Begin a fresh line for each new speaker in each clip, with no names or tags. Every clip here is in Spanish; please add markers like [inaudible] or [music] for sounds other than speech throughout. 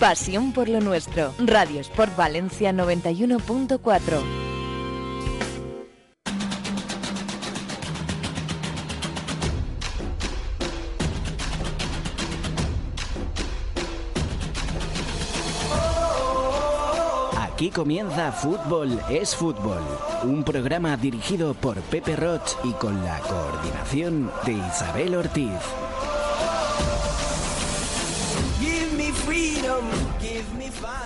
Pasión por lo nuestro. Radio Sport Valencia 91.4.
Aquí comienza Fútbol es Fútbol, un programa dirigido por Pepe Roch y con la coordinación de Isabel Ortiz.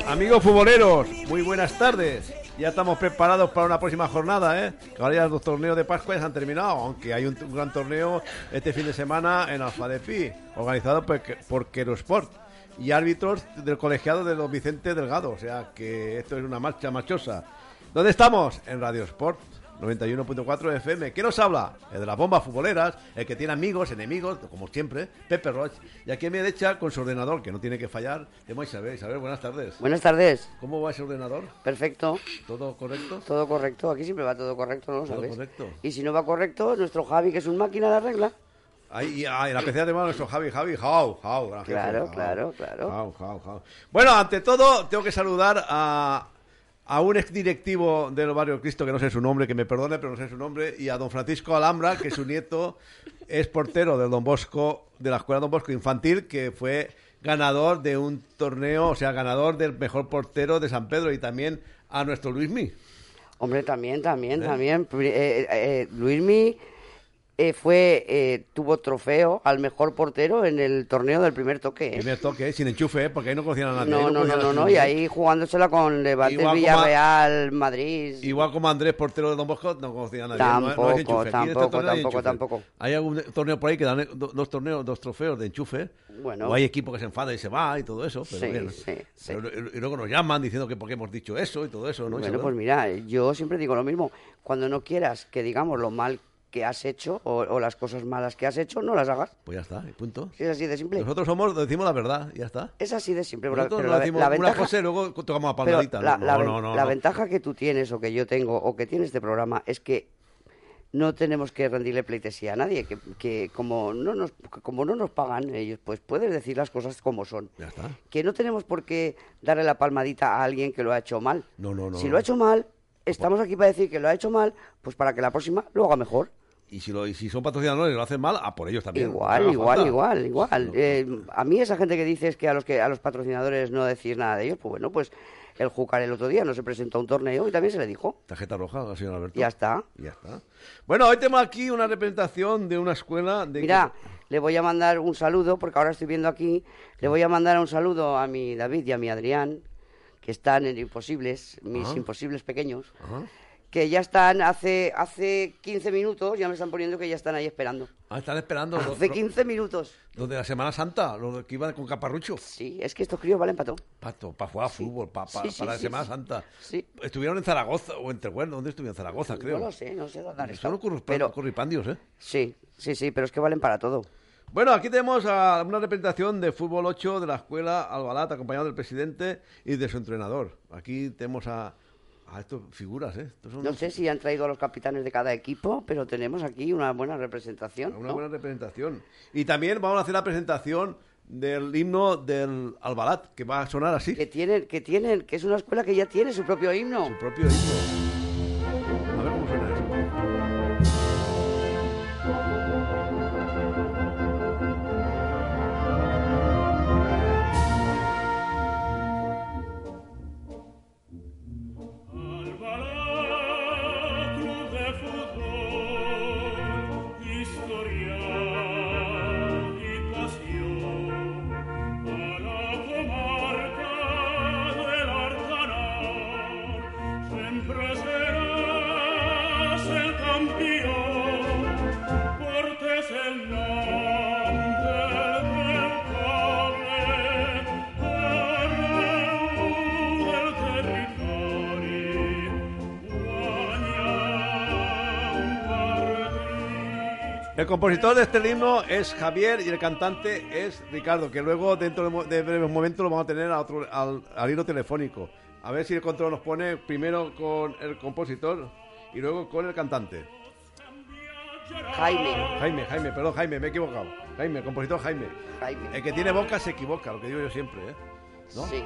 Amigos futboleros, muy buenas tardes. Ya estamos preparados para una próxima jornada, ¿eh? Que Ahora ya los torneos de Pascua ya se han terminado, aunque hay un, un gran torneo este fin de semana en Alfa de Pi, organizado por, por Querosport y árbitros del colegiado de los Vicente Delgado. O sea que esto es una marcha machosa. ¿Dónde estamos? En Radio Sport 91.4 FM. ¿Qué nos habla? El de las bombas futboleras, el que tiene amigos, enemigos, como siempre, Pepe Roche. Y aquí a mi derecha, con su ordenador, que no tiene que fallar, tengo a Isabel. Isabel, buenas tardes.
Buenas tardes.
¿Cómo va ese ordenador?
Perfecto.
¿Todo correcto?
Todo correcto. Aquí siempre va todo correcto, ¿no lo
Todo
sabes?
correcto.
Y si no va correcto, nuestro Javi, que es un máquina de arregla.
Ahí, ahí, en la PC de mano nuestro Javi, Javi, jau, jau. gran jefe,
Claro,
jau.
claro, claro.
Jau, jau, jau. Bueno, ante todo, tengo que saludar a, a un exdirectivo del barrio Cristo, que no sé su nombre, que me perdone, pero no sé su nombre, y a don Francisco Alhambra, que su nieto es portero del Don Bosco, de la Escuela Don Bosco Infantil, que fue ganador de un torneo, o sea, ganador del mejor portero de San Pedro, y también a nuestro Luismi.
Hombre, también, también, también. Pri- Eh, eh, eh, Luismi eh, fue, eh, tuvo trofeo al mejor portero en el torneo del primer toque. ¿eh?
Primer toque, eh, sin enchufe, eh, porque ahí no conocían a nadie. ahí
No, no, no,
conocían a
no, no,
nadie.
Y ahí jugándosela con Levante,
Igual como a-
Villarreal, Madrid.
Igual como Andrés, portero de Don Bosco, no conocía a nadie.
Tampoco,
no- no es enchufe. Aquí en este
tampoco,
torneo hay
tampoco,
enchufe.
tampoco.
Hay algún torneo por ahí que dan eh, do- dos torneos, dos trofeos de enchufe.
Bueno.
O hay equipo que se enfada y se va y todo eso. Pero
Sí,
bien.
sí, sí.
Pero- y luego nos llaman diciendo que por qué hemos dicho eso y todo eso, ¿no?
Bueno,
Isabel?
pues mira, yo siempre digo lo mismo. Cuando no quieras que digamos lo mal que has hecho o, o las cosas malas que has hecho, no las hagas.
Pues ya está, y punto.
Si es así de simple.
Nosotros somos, decimos la verdad, ya está.
Es así de simple. Pero,
Nosotros
pero
no
la,
decimos
la
una
ventaja,
cosa y luego tocamos a
pero
palmadita.
la-
no,
la
no,
ven-
no, no,
la
no.
ventaja que tú tienes o que yo tengo o que tiene este programa es que no tenemos que rendirle pleitesía a nadie. Que, que como, no nos, como no nos pagan ellos, pues puedes decir las cosas como son.
Ya está.
Que no tenemos por qué darle la palmadita a alguien que lo ha hecho mal.
No, no, no,
Si
no.
lo ha hecho mal, estamos aquí para decir que lo ha hecho mal, pues para que la próxima lo haga mejor.
Y si, lo, y si son patrocinadores y lo hacen mal, a por ellos también.
Igual,
No haga
igual,
falta.
igual, igual,
No.
Eh, a mí esa gente que dices que a los que a los patrocinadores no decís nada de ellos, pues bueno, pues el Júcar el otro día no se presentó a un torneo y también se le dijo.
Tarjeta roja, al señor Alberto.
Ya está.
Ya está. Bueno, hoy tenemos aquí una representación de una escuela de...
Mira, le voy a mandar un saludo porque ahora estoy viendo aquí, le voy a mandar un saludo a mi David y a mi Adrián que están en Imposibles, mis
Ah.
imposibles pequeños,
Ajá.
que ya están hace hace 15 minutos, ya me están poniendo que ya están ahí esperando.
Ah, están esperando los,
Hace 15 minutos.
los de la Semana Santa, los que iban con caparrucho.
Sí, es que estos críos valen para todo.
Pato, para jugar a fútbol, pa- pa-
Sí, sí,
para la
sí,
Semana
sí.
Santa.
Sí.
Estuvieron en Zaragoza o en Teruel, ¿dónde estuvieron? En Zaragoza, Ah, creo.
No lo sé, no sé dónde han
Son
estado.
currus-
pero-
curripandios, ¿eh?
Sí, sí, sí, pero es que valen para todo.
Bueno, aquí tenemos a una representación de fútbol 8 de la escuela Albalat, acompañado del presidente y de su entrenador. Aquí tenemos a, a estos figuras, ¿eh? Estos son
No sé si han traído a los capitanes de cada equipo, pero tenemos aquí una buena representación.
Una
¿no?
buena representación. Y también vamos a hacer la presentación del himno del Albalat, que va a sonar así.
Que tienen, que tienen, que es una escuela que ya tiene su propio himno.
Su propio himno. A ver cómo suena eso.
Albalá, club de fútbol, historia y pasión a la comarca del Arcanar, siempre
El compositor de este himno es Javier y el cantante es Ricardo, que luego dentro de, mo- de breves momentos lo vamos a tener a otro- al, al hilo telefónico. A ver si el control nos pone primero con el compositor y luego con el cantante.
Jaime,
Jaime, Jaime, perdón, Jaime, me he equivocado. Jaime, el compositor Jaime.
Jaime.
El que tiene boca se equivoca, lo que digo yo siempre, ¿eh? ¿No?
Sí.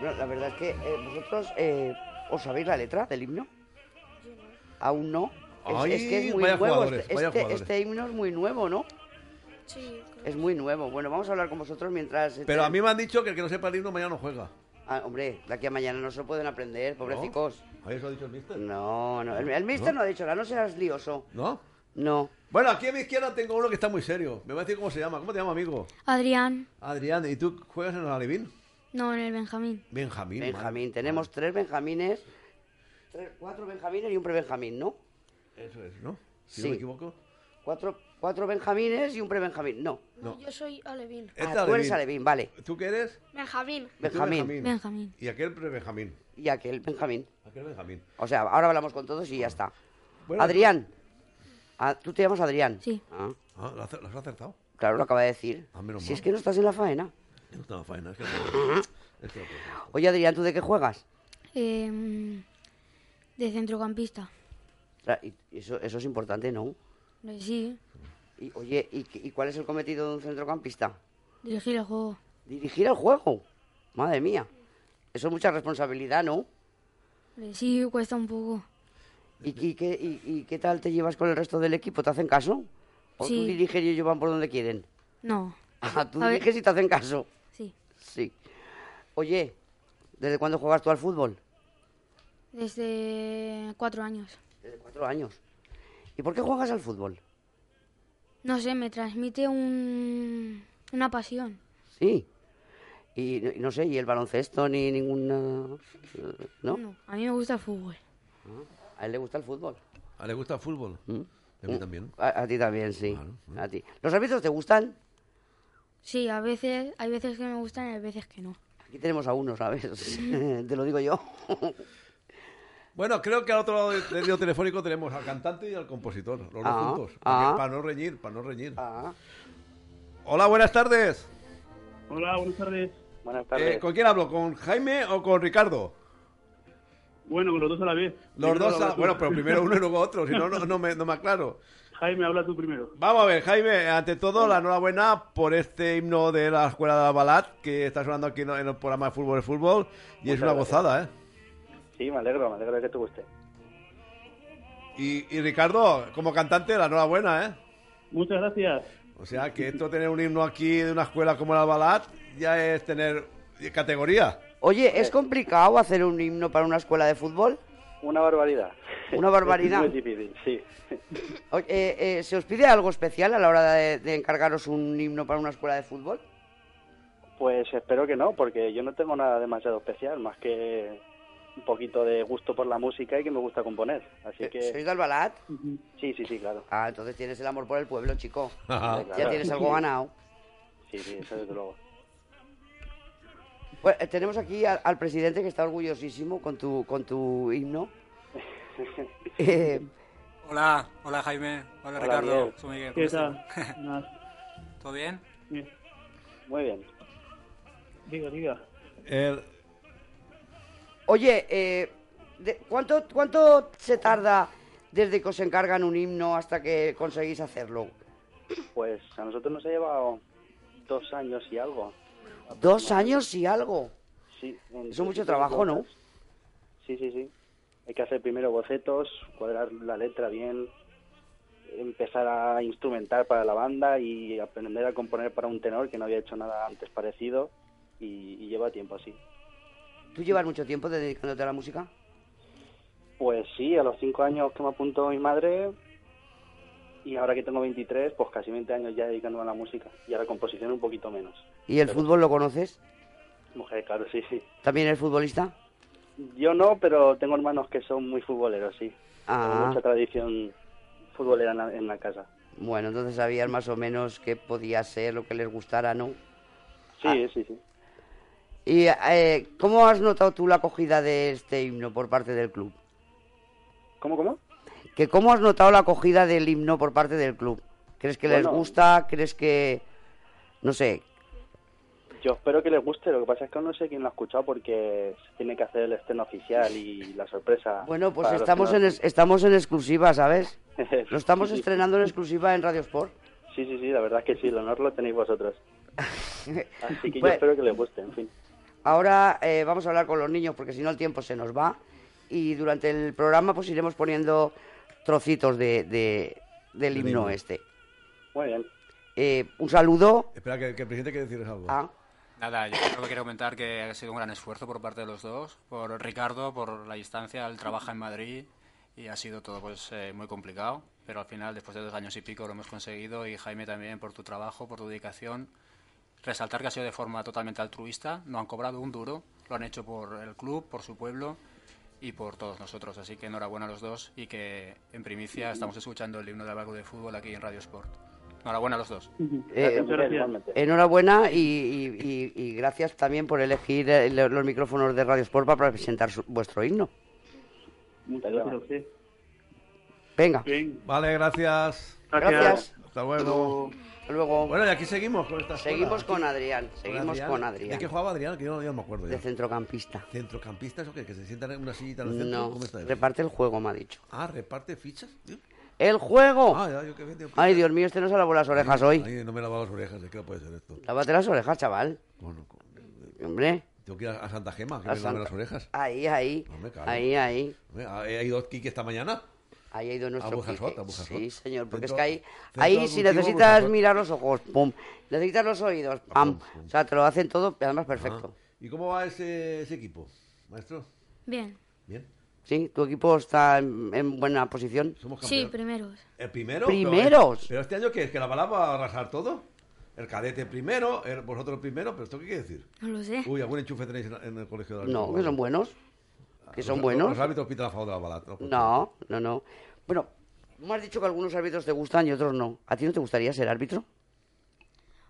Bueno, la verdad es que eh, vosotros eh, os sabéis la letra del himno. Aún no. Es,
Ay,
es que es muy
vaya
nuevo.
jugadores,
Este,
vaya
este-
jugadores.
este himno es muy nuevo, ¿no?
Sí, creo.
Es muy nuevo. Bueno, vamos a hablar con vosotros mientras. este-
Pero a mí me han dicho que el que no sepa el himno mañana no juega.
Ah, hombre, de aquí a mañana no se lo pueden aprender, pobrecicos.
¿No? ¿Eso ha dicho el mister?
No, no. El, el mister ¿No?
¿No?
ha dicho nada, no seas lioso.
¿No?
No.
Bueno, aquí a mi izquierda tengo uno que está muy serio. Me va a decir cómo se llama. ¿Cómo te llamas, amigo?
Adrián,
Adrián, ¿y tú juegas en el Alevín?
no en el Benjamín.
Benjamín. madre.
Benjamín, tenemos tres Benjamines, tres, cuatro Benjamines y un pre-Benjamín, ¿no?
Eso es, ¿no? Si
Sí.
no me equivoco.
Cuatro, cuatro Benjamines y un pre-Benjamín, no.
No.
Yo soy Alevín.
Este
ah, tú eres Alevín, vale.
¿Tú qué eres?
Benjamín.
Y tú
Benjamín.
Benjamín.
Y aquel pre- Benjamín.
Y aquel Benjamín.
Aquel Benjamín.
O sea, ahora hablamos con todos y ya está.
Bueno.
Adrián. Ah, ¿Tú te llamas Adrián?
Sí.
Ah,
Ah, ¿lo has, lo has acertado?
claro, lo acaba de decir.
Ah, menos
si
mal.
es que no estás en la faena.
No estaba faena,
[laughs]
es que no- es que no puedo.
Oye, Adrián, ¿tú de qué juegas?
Em, de centrocampista.
Tra- y- y Eso, eso es importante, ¿no?
Eh, Sí,
Y, oye, ¿y, qué- y cuál es el cometido de un centrocampista?
dirigir el juego.
Dirigir el juego. Madre mía. Eso es mucha responsabilidad, ¿no?
Eh, Sí, cuesta un poco.
¿Y, y qué, y- y qué tal te llevas con el resto del equipo? ¿Te hacen caso? ¿O tú
Sí.
diriges y ellos van por donde quieren? [laughs]
No,
Ah, tú
A ver.
diriges y te hacen caso.
sí.
Sí. Oye, ¿desde cuándo juegas tú al fútbol?
Desde cuatro años.
Desde cuatro años. ¿Y por qué juegas al fútbol?
No sé, me transmite un, una pasión.
Sí. Y no- y no sé, y el baloncesto ni ninguna... eh, ¿No?
No, a mí me gusta el fútbol.
A él le gusta el fútbol.
¿A le gusta el fútbol? ¿Y A mí también.
¿Mm? A, a ti también, sí.
Claro,
A ti. ¿Los árbitros te gustan?
Sí, a veces, hay veces que me gustan y hay veces que no.
Aquí tenemos a uno, ¿sabes? [laughs] te lo digo yo.
[laughs] Bueno, creo que al otro lado del del hilo telefónico tenemos al cantante y al compositor, los dos
Ah,
juntos.
ah.
Para, que- para no reñir, para no reñir.
Ah,
Hola, buenas tardes.
Hola, buenas tardes.
buenas
Eh, ¿Con quién hablo? ¿Con Jaime o con Ricardo?
Bueno, con los dos a la vez.
Los
Primero
dos,
habla
a-
tú.
bueno, pero
[laughs]
primero uno y luego otro, si no, no, no me, no me aclaro.
Jaime, habla tú primero.
Vamos a ver, Jaime, ante todo, la enhorabuena por este himno de la Escuela de la Balad que está sonando aquí en en el programa de Fútbol de Fútbol y es
Muchas
una
gracias.
gozada, ¿eh?
Sí, me alegro, me alegro de que te guste. [laughs]
Y, y Ricardo, como cantante, la enhorabuena, ¿eh?
Muchas gracias.
O sea, que esto tener un himno aquí de una escuela como la Balad ya es tener categoría.
Oye, ¿es complicado hacer un himno para una escuela de fútbol?
Una barbaridad.
Una barbaridad.
Es muy difícil, sí.
Oye, eh, eh, ¿Se os pide algo especial a la hora de, de encargaros un himno para una escuela de fútbol?
Pues espero que no, porque yo no tengo nada demasiado especial, más que un poquito de gusto por la música y que me gusta componer. Así
¿Sois
que
de Albalat?
sí, sí, sí, claro.
Ah, entonces tienes el amor por el pueblo, chico.
Ajá.
Ya tienes algo ganado.
Sí, sí, eso desde luego.
Bueno, eh, tenemos aquí al, al presidente que está orgullosísimo con tu, con tu himno. Eh,
Hola, hola Jaime, hola,
Hola,
Ricardo,
Miguel.
soy Miguel. ¿cómo
¿Qué
estás?
tal? Nada,
[laughs] ¿Todo bien?
bien.
Muy bien.
Diga, diga.
El-
oye, eh, de- ¿cuánto, ¿cuánto se tarda desde que os encargan un himno hasta que conseguís hacerlo?
Pues a nosotros nos ha llevado dos años y algo.
Dos años y algo.
Sí. en
Eso es mucho
distintas
trabajo, ¿no?
cosas. Sí, sí, sí. Hay que hacer primero bocetos, cuadrar la letra bien, empezar a instrumentar para la banda y aprender a componer para un tenor que no había hecho nada antes parecido y, y lleva tiempo así.
¿Tú llevas mucho tiempo dedicándote a la música?
Pues sí, a los cinco años que me apuntó mi madre y ahora que tengo 23, pues casi 20 años ya dedicándome a la música y a la composición un poquito menos.
¿Y el fútbol lo conoces?
Mujer, claro, sí, sí.
¿También eres futbolista?
Yo no, pero tengo hermanos que son muy futboleros, sí.
Ah.
Con mucha tradición futbolera en la, en la casa.
Bueno, entonces sabías más o menos qué podía ser, lo que les gustara, ¿no?
Sí,
Ah.
sí, sí.
¿Y eh, cómo has notado tú la acogida de este himno por parte del club?
¿Cómo, cómo?
que cómo has notado la acogida del himno por parte del club. ¿Crees que les
Bueno.
gusta? ¿Crees que no sé?
Yo espero que les guste, lo que pasa es que aún no sé quién lo ha escuchado porque se tiene que hacer el estreno oficial y la sorpresa.
Bueno, pues
para los
estamos
que
en
no-
es- estamos en exclusiva, ¿sabes?
[laughs]
Lo estamos
Sí, sí.
estrenando en exclusiva en Radio Sport.
Sí, sí, sí, la verdad es que sí, el honor lo tenéis vosotros. Así que
Pues-
yo espero que les guste, en fin.
Ahora eh, vamos a hablar con los niños porque si no el tiempo se nos va y durante el programa pues iremos poniendo trocitos de, de- del
Del
himno,
himno.
este.
Muy bien.
Eh, un saludo.
Espera, que, que el presidente quiere decirles algo.
Ah.
Nada, yo creo que quiero comentar que ha sido un gran esfuerzo por parte de los dos, por Ricardo, por la distancia, él trabaja en Madrid y ha sido todo pues eh, muy complicado, pero al final, después de dos años y pico, lo hemos conseguido y Jaime también por tu trabajo, por tu dedicación. Resaltar que ha sido de forma totalmente altruista, no han cobrado un duro, lo han hecho por el club, por su pueblo y por todos nosotros, así que enhorabuena a los dos y que en primicia estamos escuchando el himno del Barco de Fútbol aquí en Radio Sport. Enhorabuena a los dos.
Eh, enhorabuena y, y- y- y gracias también por elegir eh, lo- los micrófonos de Radio Sport para presentar su- vuestro himno.
Muchas gracias a usted.
Venga.
Vale, gracias.
Gracias.
Hasta luego.
Hasta luego.
Bueno, y aquí seguimos con esta escuela.
Seguimos con
Aquí-
Adrián, seguimos con Adrián.
¿De qué jugaba Adrián? Que yo, no- yo no me acuerdo ya.
De centrocampista.
¿Centrocampista o qué? ¿Que se sientan en una sillita en el centro?
No,
¿Cómo está eso?
reparte el juego, me ha dicho.
Ah, ¿reparte fichas? tío?
¡El juego!
Ah, ya, yo que vende-
Ay, Dios mío, este no se lavó las orejas hoy.
Ay, no me he lavado las orejas, ¿de qué puede ser esto?
Lávate las orejas, chaval.
Bueno, co-
Hombre.
Tengo que ir a a Santa Gema, que
A
me lave
Santa-
las orejas.
Ahí, ahí.
No me cago.
ahí, ahí.
Hombre, ¿Ha ha ido Kiki esta mañana?
Ahí ha ido nuestro
A Burjasot,
Quique.
a Burjasot.
Sí, señor, porque
Centro-
es que ahí,
centro
ahí si
cultivo
necesitas
Burjasot.
mirar los ojos, pum. Necesitas los oídos, pam. O sea, te lo hacen todo, además perfecto.
Ah, ¿Y cómo va ese, ese equipo, maestro?
Bien.
Bien.
Sí, tu equipo está en, en buena posición.
Somos
Sí,
campeones.
primeros.
¿El primero?
Primeros.
Pero, pero este año, ¿qué es? ¿Que la palabra va a arrasar todo? El cadete primero, el- vosotros primero, pero ¿esto qué quiere decir?
No lo sé.
Uy, algún enchufe tenéis en, en el colegio de
No,
árbitros,
que son
¿vale? Ah,
buenos. Que son
Los-
buenos.
Los árbitros pitan a favor de la bala. ¿no?
No, no, no. Bueno, me has dicho que algunos árbitros te gustan y otros no. ¿A ti no te gustaría ser árbitro?
Ah,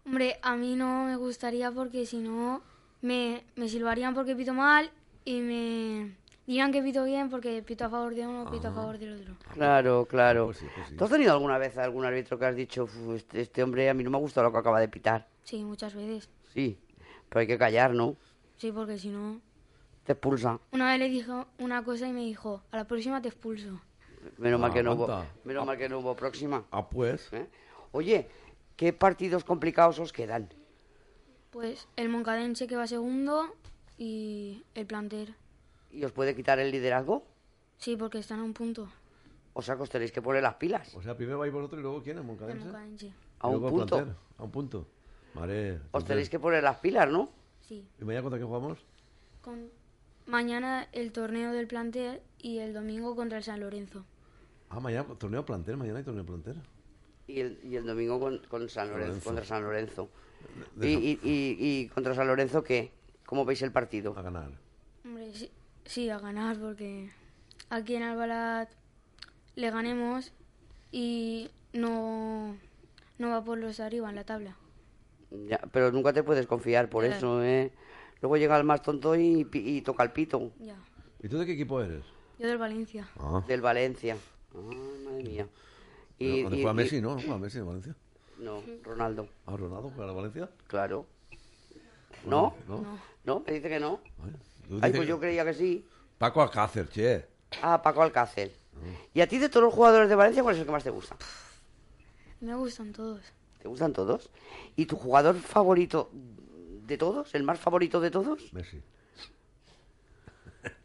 Hombre, a mí no me gustaría porque si no me, me silbarían porque pito mal y me dirán que pito bien porque pito a favor de uno o pito a favor del otro.
Claro, claro.
Pues sí, pues sí.
¿Tú has tenido alguna vez algún árbitro que has dicho, "Fu, este, este hombre a mí no me ha gustado lo que acaba de pitar?
Sí, muchas veces.
Sí, pero hay que callar, ¿no?
Sí, porque si no...
Te expulsa.
Una vez le dijo una cosa y me dijo, a la próxima te expulso.
Menos mal
Ah,
que no hubo.
aguanta.
Menos mal que no hubo próxima.
Ah, pues.
¿eh? Oye, ¿qué partidos complicados os quedan?
Pues el moncadense que va segundo y el planter.
¿Y os puede quitar el liderazgo?
Sí, porque están a un punto.
O sea, que os tenéis que poner las pilas.
O sea, primero vais vosotros y luego ¿quién es?
El
¿Moncadense?
moncadense.
A un
Luego
punto.
Planter, A un punto. Vale.
Os
entonces-
tenéis que poner las pilas, ¿no?
Sí.
¿Y mañana contra quién jugamos?
Con... Mañana el torneo del planter y el domingo contra el San Lorenzo.
Ah, mañana torneo planter, mañana hay torneo planter.
Y el, y el domingo con, con San Lorenzo,
Lorenzo.
contra San Lorenzo.
De-
y, y- y- y contra San Lorenzo qué? ¿Cómo veis el partido?
A ganar.
Hombre, sí, sí, a ganar porque aquí en Albalat le ganemos y no, no va por los de arriba en la tabla.
Ya, pero nunca te puedes confiar por
Ya.
eso, ¿eh? Luego llega el más tonto y, pi- y toca el pito
Ya.
¿Y tú de qué equipo eres?
Yo del Valencia.
Ah.
del Valencia. Ay, madre mía. Y,
¿Dónde
y-
juega
y-
Messi, no? ¿No juega Messi en Valencia?
No, Ronaldo,
¿Ah, Ronaldo juega en Valencia?
claro. ¿No?
¿No?
¿No? ¿Me dice que no?
Ay,
Ay,
tú dices
pues yo
que-
creía que sí.
Paco Alcácer, che.
Ah, Paco Alcácer. ¿Y a ti de todos los jugadores de Valencia cuál es el que más te gusta?
Me gustan todos.
¿Te gustan todos? ¿Y tu jugador favorito de todos? ¿El más favorito de todos?
Messi.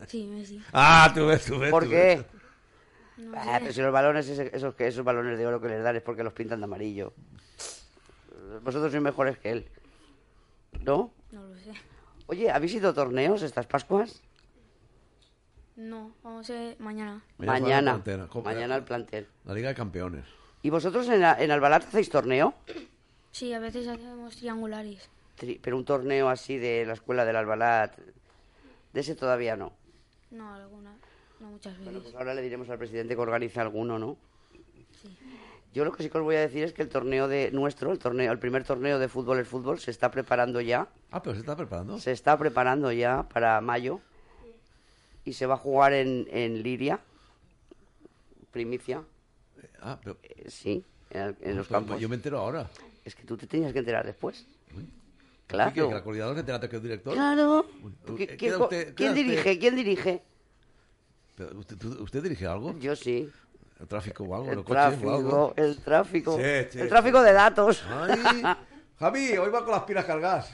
Sí, Messi.
Ah, tú ves, tú ves.
¿Por
tú
qué?
ves.
No
Ah, pero
sé.
si los balones, ese- esos, que- esos balones de oro que les dan es porque los pintan de amarillo. Vosotros sois mejores que él. ¿No?
No lo sé.
Oye, ¿habéis ido a torneos estas Pascuas?
No, vamos a ver mañana.
Mañana juega
mañana.
el plantel, ¿cómo?
Mañana al plantel.
La Liga de Campeones.
¿Y vosotros en, a- en Albalat hacéis torneo?
Sí, a veces hacemos triangulares.
Tri- pero un torneo así de la escuela del Albalat. De ese todavía no.
No, algunas. No muchas
Bueno, pues
veces.
ahora le diremos al presidente que organice alguno, ¿no?
Sí.
Yo lo que sí que os voy a decir es que el torneo de nuestro, el torneo, el primer torneo de fútbol es fútbol, se está preparando ya.
Ah, pero se está preparando.
Se está preparando ya para mayo y se va a jugar en, en Liria. primicia.
Ah, pero...
Eh, Sí, en, el- en
No,
los
pero
campos.
Yo me entero ahora.
Es que tú te tenías que enterar después.
¿Y qué, que
Claro.
la coordinadora se entera antes que el director?
Claro.
Tú-
¿Qué-
eh,
qué-
queda usted-
¿Quién
queda usted-
dirige? ¿Quién dirige?
Pero, ¿usted, tú- usted dirige algo?
Yo sí.
¿El tráfico o algo?
El
los coches o
tráfico,
algo?
el tráfico.
Sí, sí,
el tráfico
sí.
de datos. [laughs]
Ay,
Javi, hoy va con las pilas cargadas.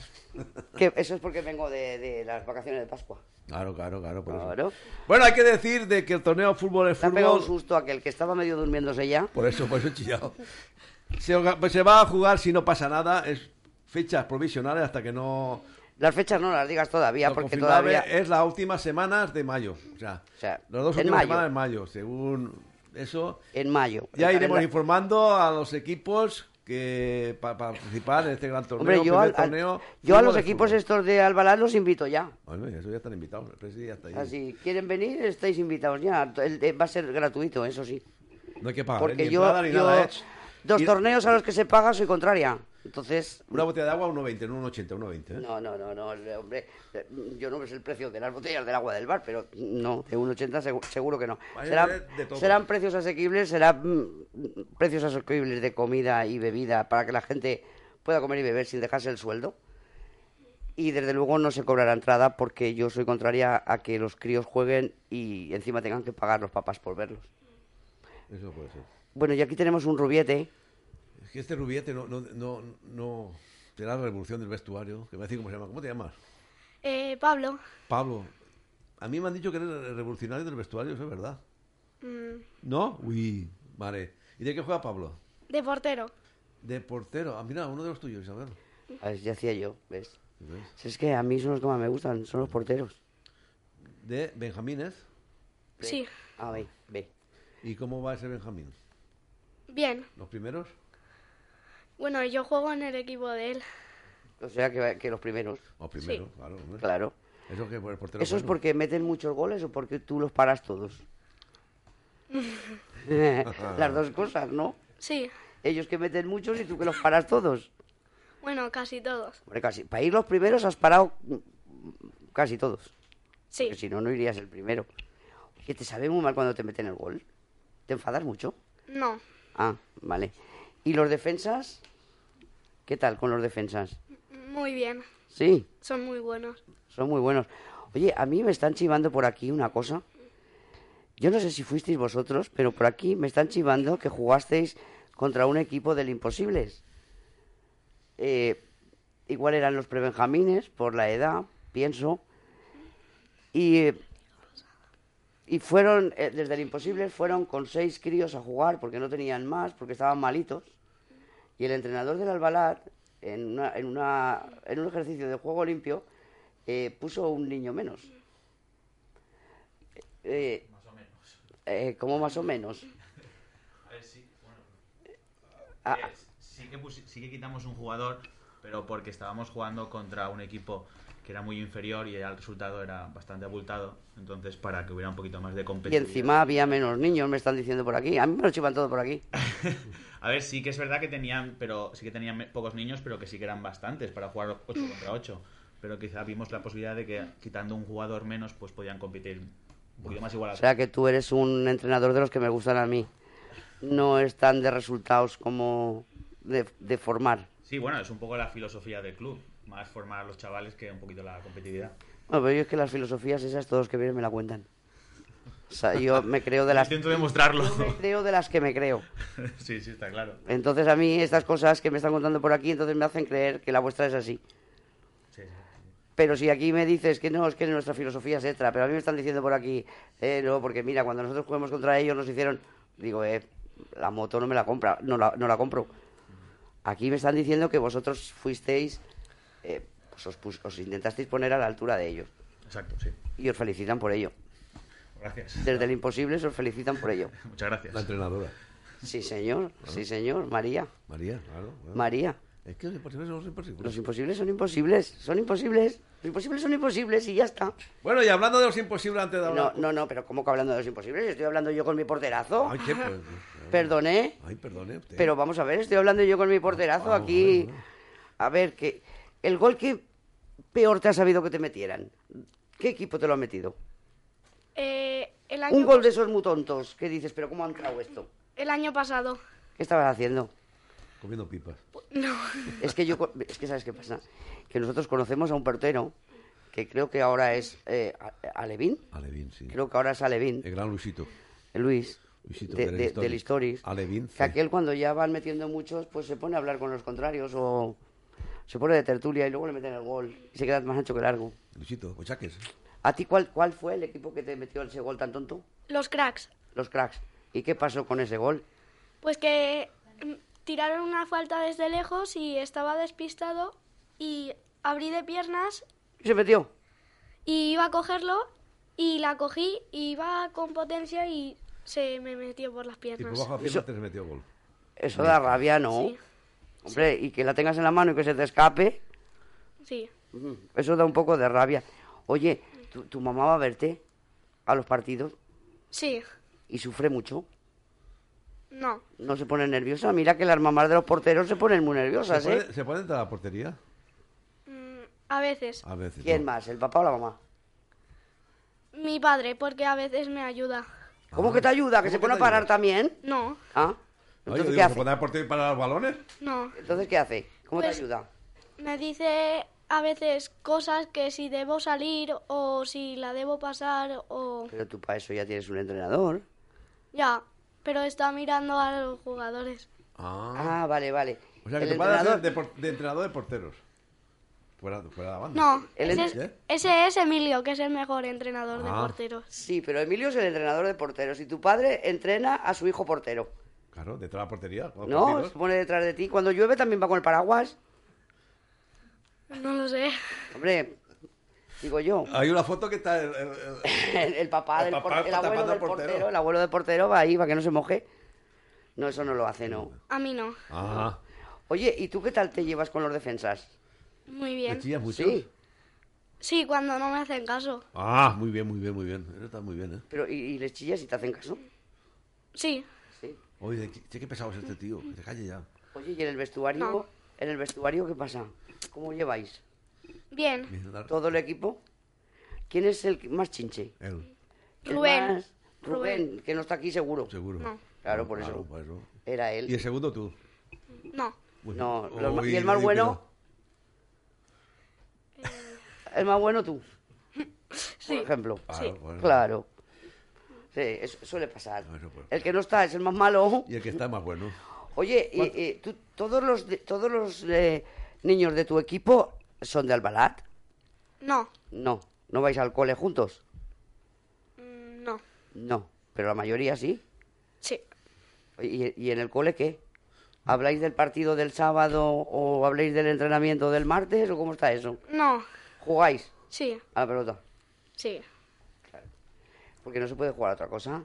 Que eso es porque vengo de, de las vacaciones de Pascua.
Claro, claro, claro. por eso.
Claro.
Bueno, hay que decir de que el torneo fútbol es
Le ha pegado un
fútbol.
susto aquel que estaba medio durmiéndose ya.
Por eso, por eso he chillado.
Se, orga- pues se va a jugar si no pasa nada. Es fechas provisionales hasta que no.
Las fechas no las digas todavía,
lo
porque
confirmable
todavía.
Es las últimas semanas de mayo. O sea,
O sea,
las dos
en
últimas
mayo.
semanas de mayo, según eso.
En mayo.
Ya
En
iremos
la-
informando a los equipos que para participar en este gran torneo.
Hombre, yo,
primer
al- al-
torneo,
yo a
fútbol
los
de
equipos
fútbol.
estos de Albalá los invito ya.
Bueno, eso ya están invitados. el presi ya está ahí.
Así, quieren venir, estáis invitados ya. El- eh, va a ser gratuito, eso sí.
No hay que pagar.
Porque
ni
yo,
entrada ni
yo-
nada, ¿eh?
dos
Y-
torneos a los que se paga soy contraria. Entonces,
Una botella de agua, 1,20, no 1,80, 1,20. ¿eh?
no, no, no, no, hombre, eh, yo no sé el precio de las botellas del agua del bar, pero no, de 1,80 segu- seguro que no.
Vaya
Serán,
de- de todo.
serán precios asequibles, serán mm, precios asequibles de comida y bebida para que la gente pueda comer y beber sin dejarse el sueldo. Y desde luego no se cobrará entrada porque yo soy contraria a que los críos jueguen y encima tengan que pagar los papás por verlos.
Eso puede ser.
Bueno, y aquí tenemos un rubiete.
Es que este rubiete no, no, no, no será la revolución del vestuario. Que me decir cómo se llama. ¿Cómo te llamas?
Eh, Pablo.
Pablo. A mí me han dicho que eres el revolucionario del vestuario, eso es verdad.
mm,
¿No? Uy, vale. ¿Y de qué juega Pablo?
de portero.
De portero. Ah, mira, uno de los tuyos, Isabel.
A ver, ya hacía yo, ¿ves?
¿Ves?
Si es que a mí son los que más me gustan, son los porteros.
De Benjamines.
Sí.
A ver, ve.
¿Y cómo va ese Benjamín?
Bien.
¿Los primeros?
Bueno, yo juego en el equipo de él.
O sea, que, que los primeros.
Los primeros, claro. hombre.
Claro.
Eso que por el portero.
¿Eso es
bueno.
porque meten muchos goles o porque tú los paras todos? [laughs] Las dos cosas, ¿no?
Sí.
Ellos que meten muchos y tú que los paras todos.
Bueno, casi todos.
Hombre, casi. Para ir los primeros has parado mm, casi todos.
Sí.
Porque si no, no irías el primero. Oye, te sabe muy mal cuando te meten el gol. ¿Te enfadas mucho?
No.
Ah, vale. ¿Y los defensas? ¿Qué tal con los defensas?
Muy bien.
Sí.
Son muy buenos.
Son muy buenos. Oye, a mí me están chivando por aquí una cosa. Yo no sé si fuisteis vosotros, pero por aquí me están chivando que jugasteis contra un equipo del Imposibles. Eh, igual eran los prebenjamines, por la edad, pienso. Y, eh, y fueron, eh, desde el Imposibles, fueron con seis críos a jugar porque no tenían más, porque estaban malitos. Y el entrenador del Albalat, en, una- en, una- en un ejercicio de juego limpio, eh, puso un niño menos. Eh, eh, ¿Cómo más o menos?
A ver, sí, bueno.
Ah.
Eh, sí, que pusi- sí que quitamos un jugador, pero porque estábamos jugando contra un equipo que era muy inferior y el resultado era bastante abultado. Entonces, para que hubiera un poquito más de
Y
competencia.
encima había menos niños, me están diciendo por aquí. A mí me lo chivan todo por aquí.
A ver, sí que es verdad que tenían, pero sí que tenían me- pocos niños, pero que sí que eran bastantes para jugar 8 contra 8. Pero quizá vimos la posibilidad de que quitando un jugador menos, pues podían competir un poquito más igual
O sea que tú eres un entrenador de los que me gustan a mí. No es tan de resultados como de, de formar.
Sí, bueno, es un poco la filosofía del club. Más formar a los chavales que un poquito la competitividad. [laughs]
Bueno, pero yo es que las filosofías esas todos que vienen me la cuentan. O sea, yo me
[laughs]
creo de las...
Intento demostrarlo.
Yo me creo de las que me creo.
sí, sí, está claro.
Entonces a mí estas cosas que me están contando por aquí, entonces me hacen creer que la vuestra es así.
Sí, sí.
Pero si aquí me dices que no, es que nuestra filosofía es extra, pero a mí me están diciendo por aquí, eh, no, porque mira, cuando nosotros jugamos contra ellos nos hicieron, digo, eh, la moto no me la compra, no la, no la compro. Aquí me están diciendo que vosotros fuisteis, eh, pues os, pus- os intentasteis poner a la altura de ellos.
Exacto, sí.
Y os felicitan por ello.
Gracias.
Desde el imposible os felicitan por ello.
[laughs] Muchas gracias.
La entrenadora. Ah.
Sí, señor, sí, señor, María.
María, claro. bueno.
María.
Es que los imposibles son los imposibles.
Los imposibles son imposibles, son imposibles, los imposibles son imposibles y ya está.
Bueno, y hablando de los imposibles antes de
No,
hablar.
no, no, pero ¿cómo que hablando de los imposibles? Estoy hablando yo con mi porterazo.
Ay, qué, pues,
Perdone,
ay, perdone usted.
pero vamos a ver, estoy hablando yo con mi porterazo
Ah,
aquí. A ver, que el gol que peor te ha sabido que te metieran. ¿Qué equipo te lo ha metido?
Eh,
El año
Un gol de esos muy tontos que dices, pero ¿cómo ha entrado esto?
El año pasado.
¿Qué estabas haciendo?
Comiendo pipas.
No.
Es que yo, co- es que sabes qué pasa, que nosotros conocemos a un portero que creo que ahora es eh, a- Alevín.
Alevín, sí.
Creo que ahora es Alevín.
El gran Luisito.
Luis.
Luisito,
de-
del
de-
Historic.
del Historic.
Alevín.
Que aquel cuando ya van metiendo muchos, pues se pone a hablar con los contrarios o se pone de tertulia y luego le meten el gol y se queda más ancho que largo.
Luisito, pues cochaques.
¿A ti cuál, cuál fue el equipo que te metió ese gol tan tonto?
Los cracks.
Los cracks. ¿Y qué pasó con ese gol?
Pues que mm, tiraron una falta desde lejos y estaba despistado y abrí de piernas
¿Y se metió?
y iba a cogerlo y la cogí y iba con potencia y se me metió por las
Y por
piernas.
bajo a pierna
Eso-
te metió gol.
Eso da rabia, ¿no? Hombre, y que la tengas en la mano y que se te escape,
Sí.
mm, eso da un poco de rabia. Oye, ¿tu, tu mamá va a verte a los partidos
Sí.
y sufre mucho?
No.
¿No se pone nerviosa? Mira que las mamás de los porteros se ponen muy
¿Se
nerviosas, ¿eh?
puede, ¿Se puede entrar a la portería?
Mm, A veces.
A veces.
¿Quién más, el papá o la mamá?
Mi padre, porque a veces me ayuda.
¿Cómo
Ah,
que te ayuda? ¿Que se pone a parar también?
No,
¿Ah?
Oye,
¿Entonces
digo,
qué
¿se
hace?
pone a la portería para los balones?
no.
¿Entonces qué hace? ¿Cómo
Pues-
te ayuda?
Me dice a veces cosas que si debo salir o si la debo pasar o...
Pero tú para eso ya tienes un entrenador.
Ya, pero está mirando a los jugadores.
Ah.
Ah, vale, vale.
O sea, que
El
tu padre hace
entrenador-
de, por- de entrenador de porteros. Fuera, fuera
Ah,
de la banda.
No, ese es,
¿Eh?
ese es Emilio, que es el mejor entrenador de
Ah.
porteros.
Sí, pero Emilio es el entrenador de porteros y tu padre entrena a su hijo portero.
Claro, detrás de la portería. con los
¿No?
partidos.
Se pone detrás de ti. Cuando llueve también va con el paraguas.
No lo sé.
Hombre, [laughs] digo yo.
Hay una foto que está el, el-
[laughs]
el-
El, el papá
El
del
papá
por- el
tapando
abuelo
al
del
portero.
portero. el abuelo del portero va ahí para que no se moje. No, eso no lo hace, no.
A mí no.
Ah,
Oye, ¿y tú qué tal te llevas con los defensas?
Muy bien.
mucho?
Sí,
Sí, cuando no me hacen caso.
Ah, muy bien, muy bien, muy bien. Eso está muy bien, ¿eh?
pero ¿y, y les chillas y te hacen caso?
Sí,
Sí.
Oye, qué, qué pesado es este tío.
Mm.
Que se calle ya.
Oye, ¿y en el vestuario?
No.
¿En el vestuario qué pasa? ¿Cómo lleváis?
bien.
¿Todo el equipo? ¿Quién es el que- más chinche?
Él,
El
Rubén.
más- Rubén, que no está aquí seguro.
seguro.
No.
Claro, por eso.
por eso.
Era
Y
él.
el segundo tú.
No,
Uy,
No, los ma-
uy,
¿y el más
uy,
bueno? El más bueno [laughs] tú, por
sí.
ejemplo.
Claro, Sí. Ah, bueno.
Claro. Sí, eso suele pasar.
Bueno, pues.
El que no está es el más malo.
pero- Y el que está más bueno.
Oye, y- y tú, todos los, de- todos los eh, niños de tu equipo son de Albalat.
No,
No, no vais al cole juntos.
Mm, no,
No, pero la mayoría sí.
sí.
¿Y, y en el cole qué? ¿Habláis del partido del sábado o habláis del entrenamiento del martes o cómo está eso?
No,
¿Jugáis
sí,
a la pelota?
sí,
Porque no se puede jugar a otra cosa.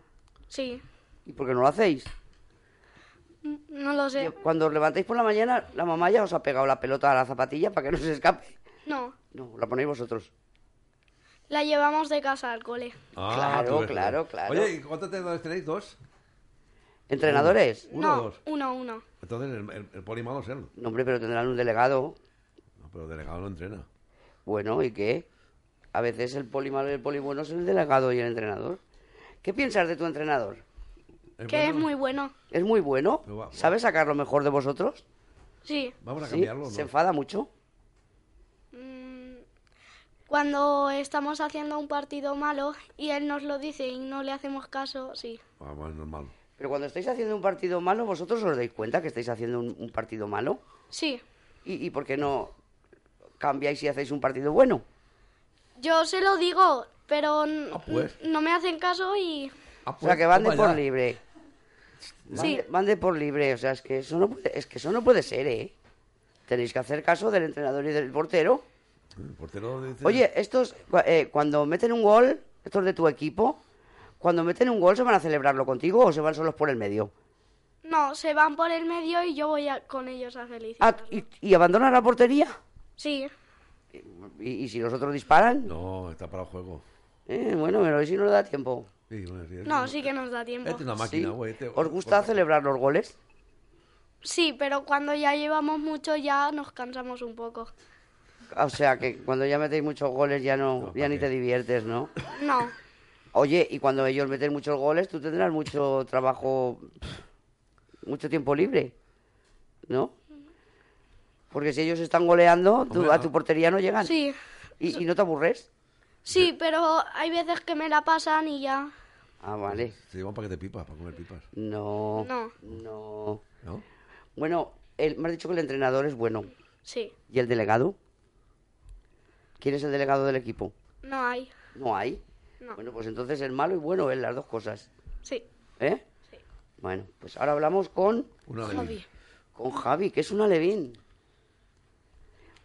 sí.
¿Y por qué no lo hacéis?
Mm, No lo sé.
Cuando os levantáis por la mañana, la mamá ya os ha pegado la pelota a la zapatilla para que no se escape.
No,
No, la ponéis vosotros.
la llevamos de casa al cole.
Ah,
Claro,
tú ves.
claro, claro.
Oye, ¿y cuántos entrenadores tenéis? ¿Dos?
¿Entrenadores?
¿Uno
no,
o dos?
uno, uno.
Entonces el, el, el poli malo es él.
No, hombre, pero tendrán un delegado.
No, pero el delegado no entrena.
Bueno, ¿y qué? A veces el poli malo y el poli bueno son el delegado y el entrenador. ¿Qué piensas de tu entrenador?
¿Es
Que es
bueno?
muy bueno.
¿Es muy bueno?
Pero va-
¿Sabe sacar lo mejor de vosotros?
Sí.
Vamos a
¿Sí?
cambiarlo, ¿no?
¿Se enfada mucho?
Mm, Cuando estamos haciendo un partido malo y él nos lo dice y no le hacemos caso, sí.
Ah, bueno, normal.
Pero cuando estáis haciendo un partido malo, ¿vosotros os dais cuenta que estáis haciendo un, un partido malo?
Sí.
¿Y, y por qué no cambiáis y hacéis un partido bueno?
Yo se lo digo, pero n-
Ah, pues. ah,
n- no me hacen caso y
o sea, que van de
Toma
por
ya.
libre. Van,
Sí.
de, van de por libre. O sea, es que, eso no puede, es que eso no puede ser, ¿eh? Tenéis que hacer caso del entrenador y del portero.
El portero dice...
Oye, estos, cua- eh, cuando meten un gol, estos de tu equipo, cuando meten un gol, ¿se van a celebrarlo contigo o se van solos por el medio?
no, se van por el medio y yo voy a- con ellos a
Ah,
felicitar.
¿y, y abandonan la portería?
Sí,
¿Y, y si los otros disparan?
No, está para el juego.
Eh, bueno, pero hoy sí no le da tiempo.
Sí, bueno, sí, este
no,
es-
sí que nos da
Este
Eh.
tiempo.
es una máquina,
Sí.
güey. este-
¿Os gusta celebrar los goles?
Sí, pero cuando ya llevamos mucho ya nos cansamos un poco.
O sea, que cuando ya metéis muchos goles ya no,
No,
ya
¿pa'
ni
qué?
te diviertes, ¿no?
No,
Oye, y cuando ellos meten muchos goles, tú tendrás mucho trabajo, mucho tiempo libre, ¿no? Porque si ellos están goleando, tú-
Hombre,
a
no.
tu portería no llegan.
Sí.
¿Y, y no te aburres?
Sí, pero hay veces que me la pasan y ya.
Ah, vale.
Se llevan paquete de pipas, para comer pipas.
No.
No.
No.
¿No?
Bueno, el, me has dicho que el entrenador es bueno.
Sí.
¿Y el delegado? ¿Quién es el delegado del equipo?
No hay.
No hay.
No.
Bueno, pues entonces el malo y bueno es las dos cosas.
Sí.
¿Eh? Bueno, pues ahora hablamos con...
Una
Javi.
Con Javi, que es un alevín.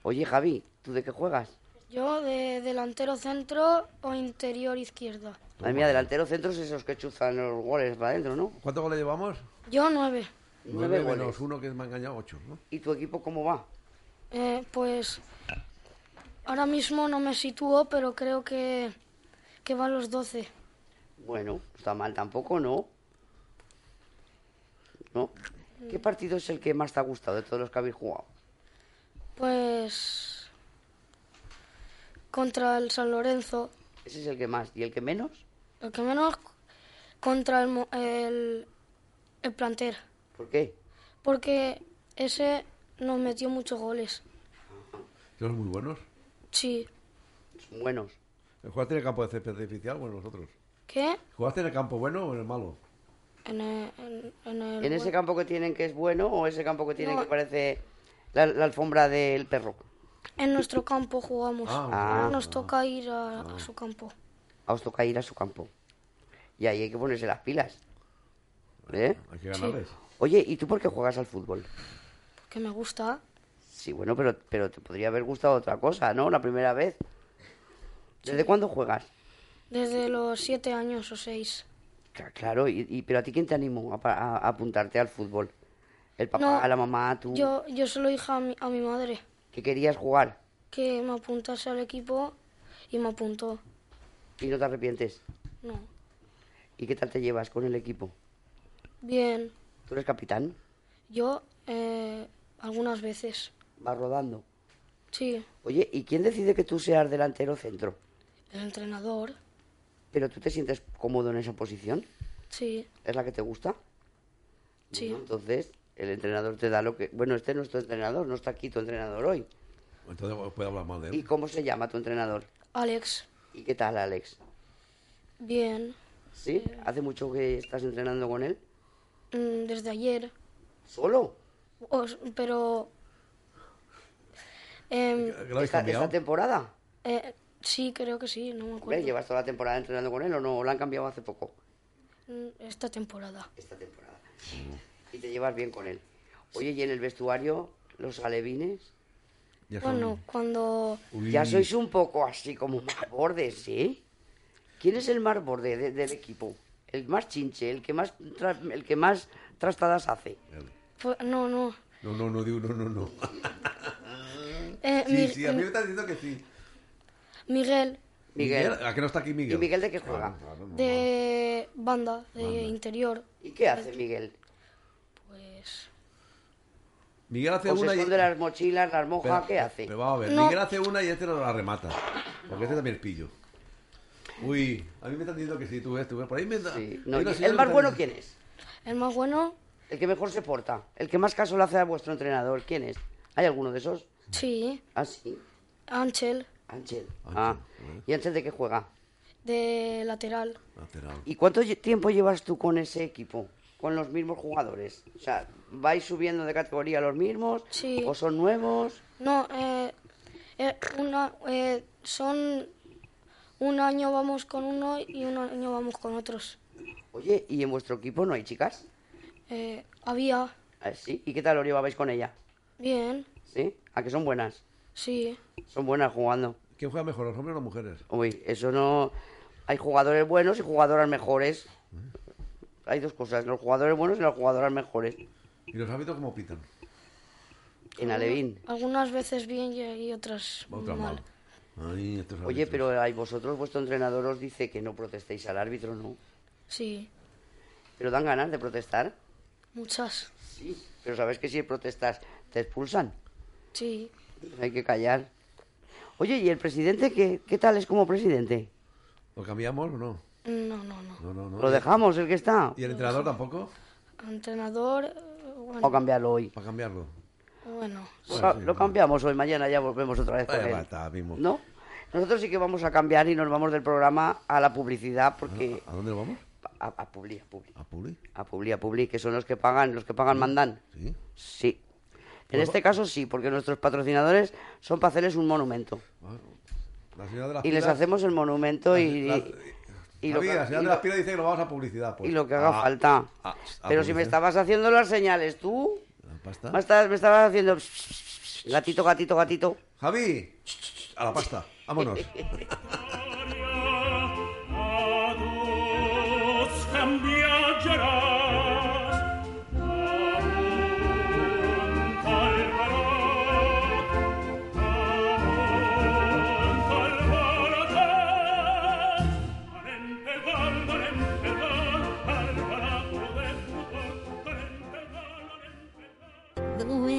Oye, Javi, ¿tú de qué juegas?
Yo de delantero centro o interior izquierda.
Madre mía, delantero centros esos que chuzan los goles para adentro, ¿no?
¿Cuántos goles llevamos?
Yo nueve.
Nueve
Nueve
goles.
menos uno que me ha engañado, ocho, ¿no?
¿Y tu equipo cómo va?
Eh, pues ahora mismo no me sitúo, pero creo que, que va a los 12.
Bueno, no está mal tampoco, ¿no? ¿No?
Mm.
¿Qué partido es el que más te ha gustado de todos los que habéis jugado?
Pues contra el San Lorenzo,
Ese es el que más. ¿Y el que menos?
el que menos contra el, Mo- el, el planter,
¿Por qué?
porque ese nos metió muchos goles.
Son muy buenos.
Sí.
Son buenos.
¿Jugaste en el campo de césped artificial bueno nosotros?
¿Qué?
¿Jugaste en el campo bueno o en el malo?
En el, en, en el-
¿En ese campo que tienen que es bueno o ese campo que tienen
No.
que parece la, la alfombra del perro?
en nuestro campo jugamos.
Ah,
Ahora
ah.
nos toca ir a, a su campo.
A os toca ir a su campo. Y ahí hay que ponerse las pilas. ¿Eh?
Hay que ganarles. Sí.
Oye, ¿y tú por qué juegas al fútbol?
Porque me gusta.
Sí, bueno, pero, pero te podría haber gustado otra cosa, ¿no? La primera vez. ¿Desde cuándo juegas?
Desde los siete años o seis.
Cla- Claro, y, y- pero ¿a ti quién te animó a, pa- a- a apuntarte al fútbol? ¿El papá,
No,
la mamá, tú?
Yo, yo se lo dije a mi, a mi madre
¿Que querías jugar
que me apuntase al equipo y me apuntó.
y no te arrepientes?
No.
¿Y qué tal te llevas con el equipo?
Bien,
¿Tú eres capitán?
yo eh, algunas veces.
¿Vas rodando?
Sí,
Oye, ¿y quién decide que tú seas delantero centro?
el entrenador.
¿Pero tú te sientes cómodo en esa posición?
Sí,
¿Es la que te gusta?
Sí.
Bueno, entonces, el entrenador te da lo que... Bueno, este es nuestro entrenador, no está aquí tu entrenador hoy.
Entonces puede hablar mal de él.
¿Y cómo se llama tu entrenador?
Alex.
¿Y qué tal, Alex?
Bien.
¿Sí? ¿Hace mucho que estás entrenando con él?
Mm, desde ayer.
¿Solo?
Os- pero... em,
¿Esta, esta temporada?
eh, sí, creo que sí, no me acuerdo.
Hombre, ¿Llevas toda la temporada entrenando con él o no? ¿O la han cambiado hace poco?
Mm, Esta temporada.
Esta temporada.
Mm.
Y te llevas bien con él. Oye, ¿y en el vestuario los alevines?
Bueno, cuando...
Ya sois un poco así como más bordes, ¿eh? ¿Quién es el más borde de- del equipo? El más chinche, el que más, tra- el que más trastadas hace.
Pues, no, no.
No, no, no, digo, no, no, no.
Eh,
sí,
Mi-
sí, a mí me estás diciendo que sí.
Miguel,
Miguel.
¿A qué no está aquí Miguel?
¿Y Miguel de qué juega?
de banda, de
Banda.
interior,
¿Y qué hace Miguel?
pues...
Miguel hace
¿O se
una y...
esconde las mochilas, las moja?
Pero-
¿Qué hace?
Pero vamos a ver,
No.
Miguel hace una y este no la remata. Porque este también es pillo. Uy, a mí me están diciendo que sí, tú ves, tú ves. Por ahí me da...
No,
hay
¿y
una señora
¿El más
que
bueno
está
quién es?
El más bueno,
El que mejor se porta. El que más caso le hace a vuestro entrenador. ¿Quién es? ¿Hay alguno de esos?
sí,
Ah, sí.
Ángel,
Ángel. Ah. ¿Y Ángel de qué juega?
de lateral.
¿Y cuánto lle- tiempo llevas tú con ese equipo? ¿Con los mismos jugadores? O sea, ¿vais subiendo de categoría los mismos?
Sí.
¿O son nuevos?
No, eh, eh, una, eh, son... Un año vamos con uno y un año vamos con otros.
Oye, ¿y en vuestro equipo no hay chicas?
Eh, había,
Ah, sí. ¿Y qué tal lo llevabais con ella?
bien,
¿Sí? ¿A que son buenas?
sí,
Son buenas jugando.
¿Quién juega mejor, los hombres o las mujeres?
Uy, eso no... Hay jugadores buenos y jugadoras mejores. Hay dos cosas, los jugadores buenos y las jugadoras mejores.
¿Y los hábitos cómo pitan?
En Alevín.
algunas veces bien y, y otras
Otra
mal.
mal. Ay, estos
Oye,
árbitros.
pero hay vosotros, vuestro entrenador os dice que no protestéis al árbitro, ¿no?
Sí,
Pero dan ganas de protestar.
muchas,
Sí. Pero sabes que si protestas te expulsan.
sí,
Hay que callar. Oye, ¿y el presidente qué, qué tal es como presidente?
¿Lo cambiamos o no?
No, no, no.
No, no, no.
Lo dejamos, el que está.
¿Y el entrenador tampoco?
Entrenador, eh, bueno.
O cambiarlo hoy.
Para cambiarlo.
Bueno,
O sea, lo cambiamos hoy, mañana ya volvemos otra vez con
Vaya,
él.
va, está, mismo.
¿No? Nosotros sí que vamos a cambiar y nos vamos del programa a la publicidad porque...
Ah, ¿A dónde lo vamos?
A, a Publi, a Publi.
¿A Publi?
A Publi, a Publi, que son los que pagan, los que pagan mandan.
Sí.
Sí. En
Pues-
este caso sí, porque nuestros patrocinadores son para hacerles un monumento.
La señora de las
Y les
pilas-
hacemos el monumento y...
la-
y
Javi,
que-
la señora
y
de
lo-
las pilas dice que nos vamos a publicidad. pues.
y lo que haga
Ah,
falta.
ah, a
pues
Pero si me
publicidad.
estabas haciendo las señales, tú...
pasta.
Me estabas, me estabas haciendo... Gatito, gatito, gatito.
Javi, a la pasta. Vámonos.
a dos cambiarás a un calvarot a un calvarot valente gal valente gal calvarato de fútbol valente gal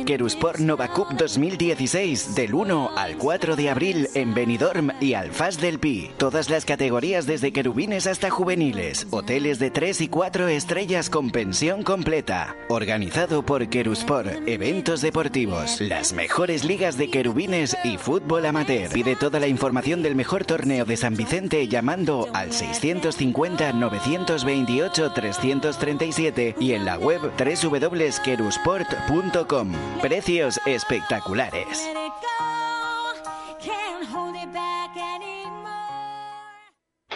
Querusport Nova Cup 2016 del 1 al 4 de abril en Benidorm y Alfaz del Pi. Todas las categorías desde querubines hasta juveniles. Hoteles de 3 y 4 estrellas con pensión completa. Organizado por Querusport. Eventos deportivos. Las mejores ligas de querubines y fútbol amateur. Pide toda la información del mejor torneo de San Vicente llamando al 650 928 337 y en la web www.querusport.com. Precios espectaculares.
can't hold it back anymore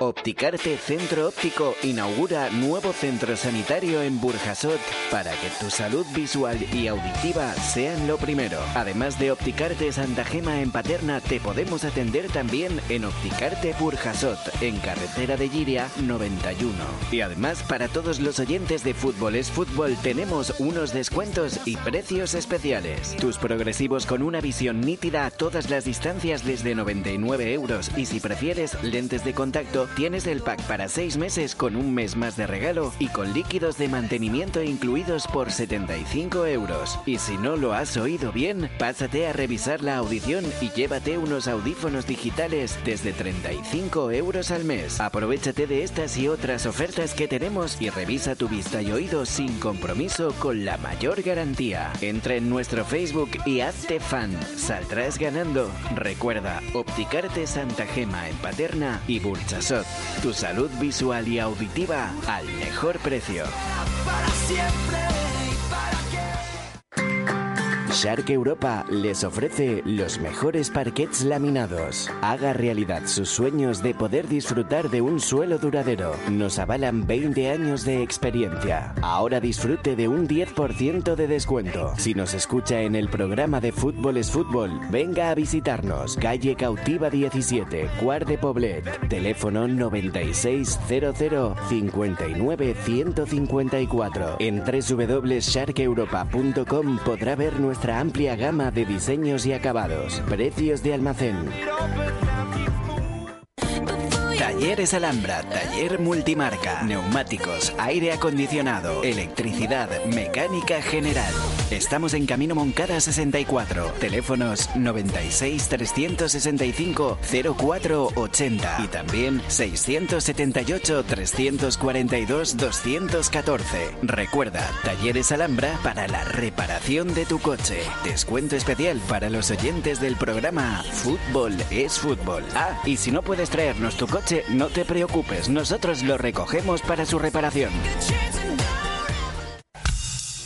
Opticarte este Centro Óptico inaugura nuevo centro sanitario en Burjasot para que tu salud visual y auditiva sean lo primero. Además de Opticarte Santa Gema en Paterna, te podemos atender también en Opticarte Burjasot en carretera de Giria 91. Y además para todos los oyentes de Fútbol es Fútbol tenemos unos descuentos y precios especiales. Tus progresivos con una visión nítida a todas las distancias desde 99 euros y si prefieres lentes de contacto, tienes el pack para 6 meses con un mes más de regalo y con líquidos de mantenimiento incluidos por 75 euros. Y si no lo has oído bien, pásate a revisar la audición y llévate unos audífonos digitales desde 35 euros al mes. Aprovechate de estas y otras ofertas que tenemos y revisa tu vista y oído sin compromiso con la mayor garantía. Entra en nuestro Facebook y hazte fan. Saldrás ganando. Recuerda, Opticarte Santa Gema en Paterna y Burchasot. Tu salud visual y auditiva al mejor precio.
para siempre
Shark Europa les ofrece los mejores parquets laminados. Haga realidad sus sueños de poder disfrutar de un suelo duradero. Nos avalan 20 años de experiencia. Ahora disfrute de un 10% de descuento. Si nos escucha en el programa de Fútbol es Fútbol, venga a visitarnos. Calle Cautiva 17, Cuar de Poblet. Teléfono 9600-59-154. En www.sharkeuropa.com podrá ver nuestra amplia gama de diseños y acabados. Precios de almacén. Talleres Alhambra, taller multimarca, neumáticos, aire acondicionado, electricidad, mecánica general. Estamos en Camino Moncada 64, teléfonos 96 365 0480 y también 678 342 214. Recuerda, Talleres Alhambra para la reparación de tu coche. Descuento especial para los oyentes del programa Fútbol es Fútbol. Ah, y si no puedes traernos tu coche, no te preocupes, nosotros lo recogemos para su reparación.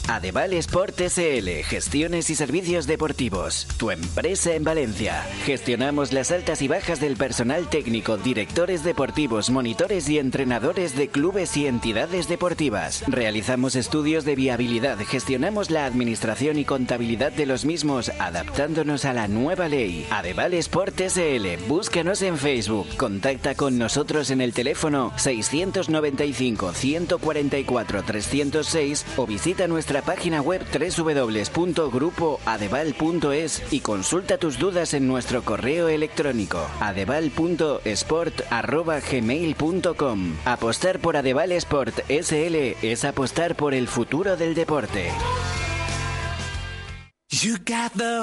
Adeval Sport SL, gestiones y servicios deportivos. Tu empresa en Valencia. Gestionamos las altas y bajas del personal técnico, directores deportivos, monitores y entrenadores de clubes y entidades deportivas. Realizamos estudios de viabilidad, gestionamos la administración y contabilidad de los mismos, adaptándonos a la nueva ley. Adeval Sport SL, búscanos en Facebook. Contacta con nosotros en el teléfono 695 144 306 o visita nuestra página web www.grupoadeval.es y consulta tus dudas en nuestro correo electrónico adeval.sport@gmail.com. Apostar por Adeval Sport SL es apostar por el futuro del deporte.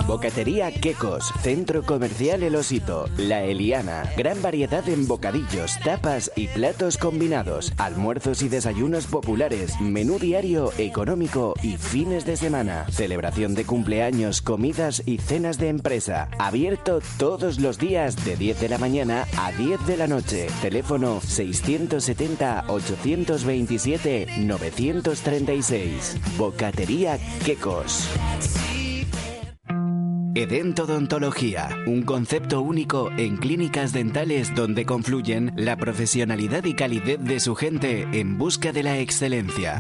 Bocatería Quecos, Centro Comercial El Osito, La Eliana. Gran variedad en bocadillos, tapas y platos combinados. Almuerzos y desayunos populares, menú diario, económico y fines de semana. Celebración de cumpleaños, comidas y cenas de empresa. Abierto todos los días de 10 de la mañana a 10 de la noche. Teléfono 670-827-936. Bocatería Quecos. Edentodontología, un concepto único en clínicas dentales donde confluyen la profesionalidad y calidez de su gente en busca de la excelencia.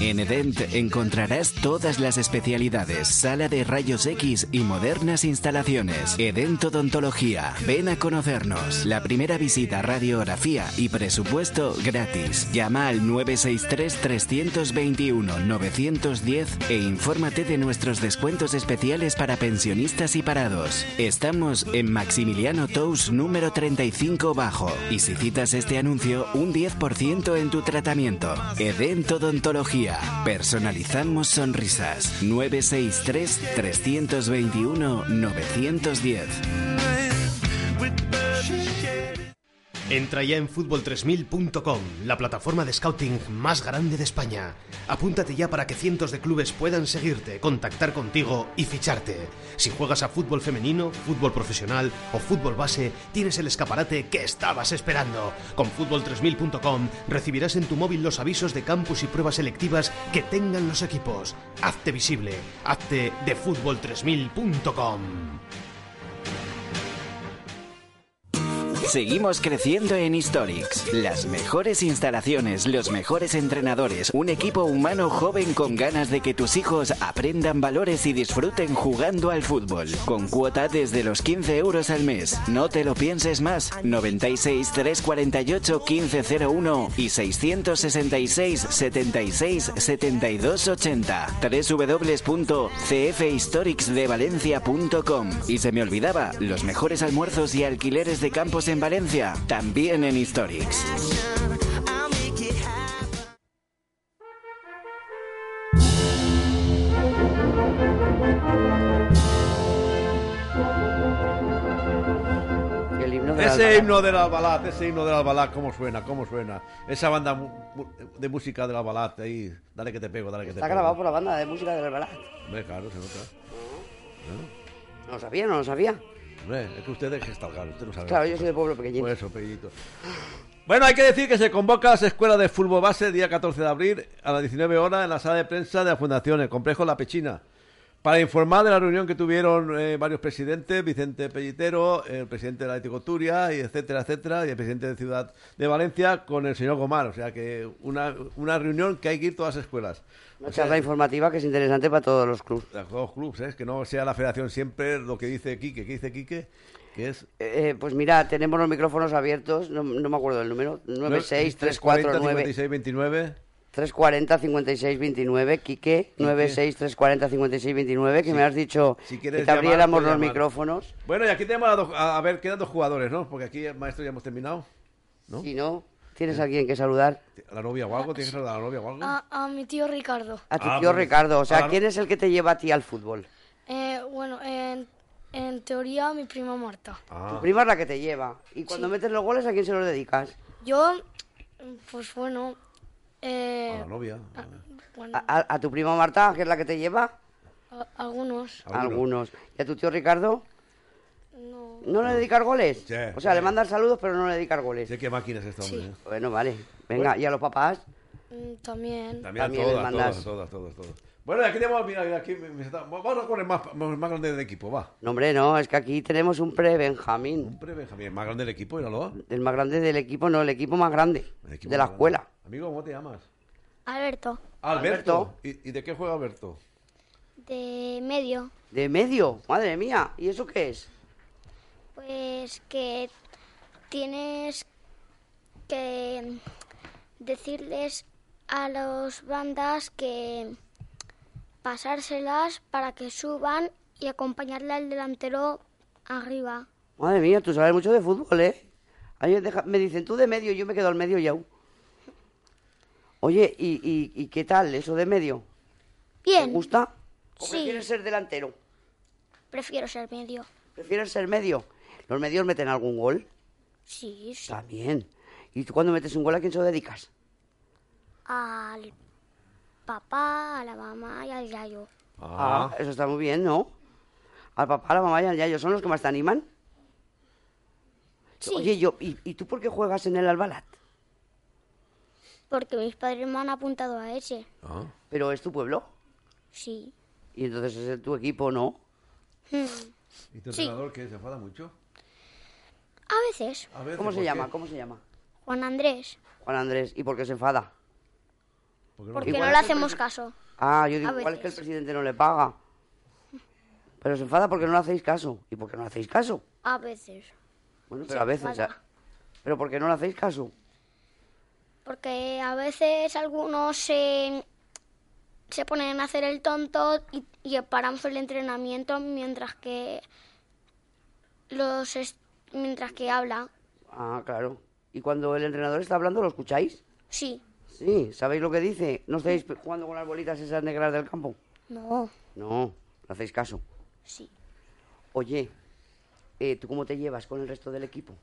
En Edent encontrarás todas las especialidades, sala de rayos X y modernas instalaciones. Edent Odontología, ven a conocernos. La primera visita, radiografía y presupuesto gratis. Llama al 963-321-910 e infórmate de nuestros descuentos especiales para pensionistas y parados. Estamos en Maximiliano Tous número 35 bajo y si citas este anuncio, un 10% en tu tratamiento. Edent Odontología. Personalizamos sonrisas. 963-321-910.
Entra ya en fútbol3000.com, la plataforma de scouting más grande de España. Apúntate ya para que cientos de clubes puedan seguirte, contactar contigo y ficharte. Si juegas a fútbol femenino, fútbol profesional o fútbol base, tienes el escaparate que estabas esperando. Con fútbol3000.com recibirás en tu móvil los avisos de campus y pruebas selectivas que tengan los equipos. Hazte visible, hazte de fútbol3000.com.
Seguimos creciendo en Historics. Las mejores instalaciones, los mejores entrenadores, un equipo humano joven con ganas de que tus hijos aprendan valores y disfruten jugando al fútbol. Con cuota desde los 15 euros al mes. No te lo pienses más. 96 348 1501 y 666 76 72 80. www.cfhistoricsdevalencia.com. Y se me olvidaba, los mejores almuerzos y alquileres de campos en Valencia, también en Historics.
El himno de la
Ese
Albalá.
himno del Albalat, ese himno del Albalat, cómo suena, cómo suena. Esa banda mu- mu- de música del Albalat, ahí, dale que te pego, dale
[laughs]
que
Está
te
grabado
pego.
por la banda de música del Albalá.
Hombre, claro, se nota. Claro.
No lo sabía, no Eh, lo sabía.
Hombre, es que usted es gestalgar, usted no sabe.
Claro, yo soy de pueblo pequeñito.
Por eso, Pellito. Bueno, hay que decir que se convoca a las escuelas de fútbol base el día 14 de abril a las 19 horas en la sala de prensa de la Fundación, el complejo La Pechina, para informar de la reunión que tuvieron eh, varios presidentes, Vicente Pellitero, el presidente de la Atlético Turia, y etcétera, etcétera, y el presidente de Ciudad de Valencia con el señor Gomar. O sea que una, una reunión que hay que ir todas las escuelas.
Una
O sea,
charla informativa que es interesante para todos los clubes.
de todos los clubes, ¿eh? que no sea la federación siempre lo que dice Quique. ¿Qué dice Quique? Que es...
Eh, pues mira, tenemos los micrófonos abiertos, no, no me acuerdo el número, 96 349
56, 29.
340 56 29, Quique,
Quique.
96 340 56 29, que
Si-
me has dicho
si
que
quieres
te
llamar,
abriéramos
puedes
los
llamar.
micrófonos.
Bueno, y aquí tenemos a, dos- a- a ver, quedan dos jugadores, ¿no? Porque aquí, maestro, ya hemos terminado. ¿No?
Si no, ¿tienes a alguien que saludar?
¿A la novia o algo? ¿Tienes que saludar a la novia o algo?
A, a mi tío Ricardo.
A tu
Ah,
tío
pues,
Ricardo, o sea,
ahora-
¿quién es el que te lleva a ti al fútbol?
Eh, bueno, en, en teoría mi prima Marta.
Ah.
Tu prima es la que te lleva. Y cuando
Sí.
metes los goles, ¿a quién se los dedicas?
Yo, pues bueno, eh,
novia.
bueno,
¿A, a- a tu prima Marta, que es la que te lleva?
a- algunos.
Algunos. ¿Y a tu tío Ricardo?
No.
¿No le dedicas goles?
Sí,
o sea, le mandas saludos, pero no le dedicas goles.
Sé qué máquina es esta, hombre. ¿eh?
Bueno, vale. Venga,
Bueno.
¿y a los papás?
Mm,
También,
También.
También
a
les
todas,
mandas.
todas, todas, todas, todas. Bueno, y aquí tenemos, mira, mira, aquí me- me está- vamos a con el más, más grande del equipo, va.
No, hombre, no, es que aquí tenemos un pre-Benjamín.
Hombre, Benjamín, el más grande del equipo, míralo.
El más grande del equipo, no, el equipo más grande
El equipo
de la
más grande.
escuela.
Amigo, ¿cómo te llamas?
Alberto,
Alberto. ¿Y, y de qué juega Alberto?
de medio,
¿De medio? Madre mía, ¿y eso qué es?
pues que tienes que decirles a los bandas que pasárselas para que suban y acompañarle al delantero arriba.
Madre mía, tú sabes mucho de fútbol, ¿eh? A mí me deja- me dicen tú de medio, yo me quedo al medio ya. Oye, ¿y, y, y qué tal eso de medio?
Bien.
¿Te gusta? ¿O
Sí.
prefieres ser delantero?
Prefiero ser medio.
¿Prefieres ser medio? ¿Los medios meten algún gol?
Sí, sí.
También. ¿Y tú cuando metes un gol a quién se lo dedicas?
Al papá, a la mamá y al gallo.
Ah. eso está muy bien, ¿no? Al papá, a la mamá y al yayo son los que más te animan.
Sí.
Oye, yo, ¿y, y tú por qué juegas en el Albalat?
Porque mis padres me han apuntado a ese.
Ah.
Pero es tu pueblo
Sí.
y entonces es tu equipo, ¿no?
Mm.
¿Y tu
Sí.
entrenador qué? ¿Se enfada mucho?
A veces.
A veces,
¿Cómo se
¿por
llama?
qué?
¿Cómo se llama?
Juan Andrés.
Juan Andrés. ¿Y por qué se enfada?
Porque no
Igual
le
es el
hacemos caso.
Ah, yo digo,
A
igual es que el
veces.
presidente no le paga. Pero se enfada porque no le hacéis caso. ¿Y por qué no le hacéis caso?
A veces.
Bueno,
Se
pero a veces...
enfada.
a- ¿Pero por qué no le hacéis caso?
Porque a veces algunos se, se ponen a hacer el tonto y, y paramos el entrenamiento mientras que los es- mientras que habla.
Ah, claro. ¿Y cuando el entrenador está hablando, lo escucháis?
Sí.
Sí, ¿sabéis lo que dice? ¿No estáis pe- jugando con las bolitas esas negras del campo?
No.
No, no hacéis caso.
Sí.
Oye, eh, ¿tú cómo te llevas con el resto del equipo?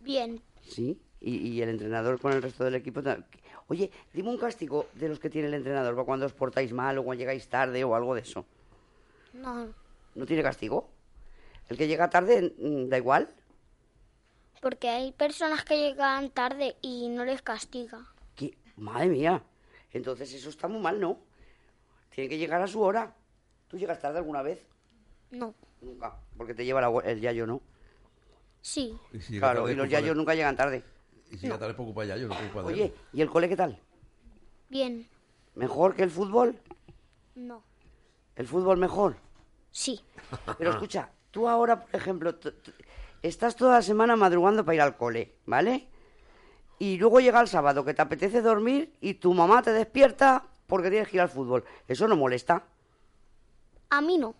Bien.
¿Sí? Y, y el entrenador con el resto del equipo. ta- Oye, dime un castigo de los que tiene el entrenador, pa' cuando os portáis mal o cuando llegáis tarde o algo de eso.
No.
¿No tiene castigo? El que llega tarde, mm, da igual.
Porque hay personas que llegan tarde y no les castiga.
¿Qué? Madre mía. Entonces eso está muy mal, ¿no? Tiene que llegar a su hora. ¿Tú llegas tarde alguna vez?
No.
Nunca. Porque te lleva la abue- el yayo, ¿no?
Sí.
¿Y si llega
Claro,
tarde
y los
por culpa
yayos
de-
nunca llegan tarde.
Y si ya tal vez por culpa de Yayo, no por culpa de
Oye, ¿y el cole qué tal?
Bien.
¿Mejor que el fútbol?
No.
¿El fútbol mejor?
Sí.
Pero escucha, tú ahora, por ejemplo, t- t- estás toda la semana madrugando para ir al cole, ¿vale? Y luego llega el sábado que te apetece dormir y tu mamá te despierta porque tienes que ir al fútbol. Eso no molesta.
A mí no.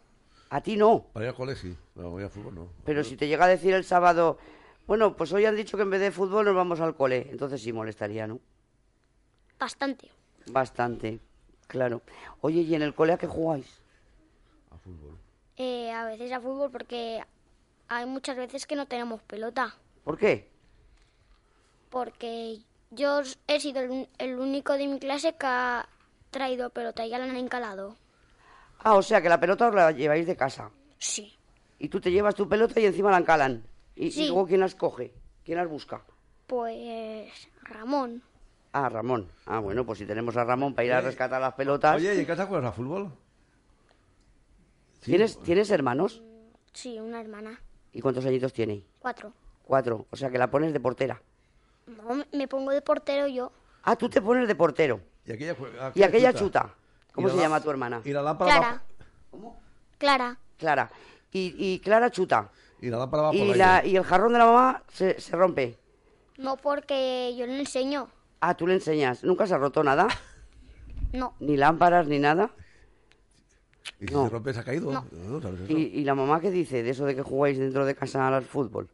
A ti no.
Para ir al cole sí, no, voy al fútbol no.
Pero si te llega a decir el sábado, bueno, pues hoy han dicho que en vez de fútbol nos vamos al cole. Entonces sí molestaría, ¿no?
Bastante.
Bastante, claro. Oye, ¿y en el cole a qué jugáis?
Eh, a veces a fútbol porque hay muchas veces que no tenemos pelota.
¿Por qué?
Porque yo he sido el, un- el único de mi clase que ha traído pelota y ya la han encalado.
Ah, o sea que la pelota os la lleváis de casa.
Sí.
Y tú te llevas tu pelota y encima la encalan. Y, y
Sí.
luego quién las coge, quién las busca.
Pues Ramón.
Ah, Ramón. Ah, bueno, pues si tenemos a Ramón para ir a
Oye,
rescatar las pelotas.
Oye, ¿y en casa juegas a fútbol?
¿Tienes, ¿Tienes hermanos?
Sí, una hermana.
¿Y cuántos añitos tiene?
Cuatro.
Cuatro. O sea que la pones de portera.
No, me- me pongo de portero yo.
Ah, tú te pones de portero.
Y aquella, juega-
Y aquella chuta. ¿Cómo
Y la
se
lá-
llama tu hermana?
Y la lámpara va,
Clara. Clara.
Clara. Y, y Clara chuta.
y la lámpara va por
Y,
ahí.
la, y el jarrón de la mamá se, se rompe.
No porque yo le enseño.
Ah, tú le enseñas. ¿Nunca se ha roto nada? [laughs]
No.
Ni lámparas, ni nada.
Y si
No.
se rompe, se ha caído.
No.
No, ¿sabes eso?
¿Y, y la mamá qué dice de eso de que jugáis dentro de casa al fútbol?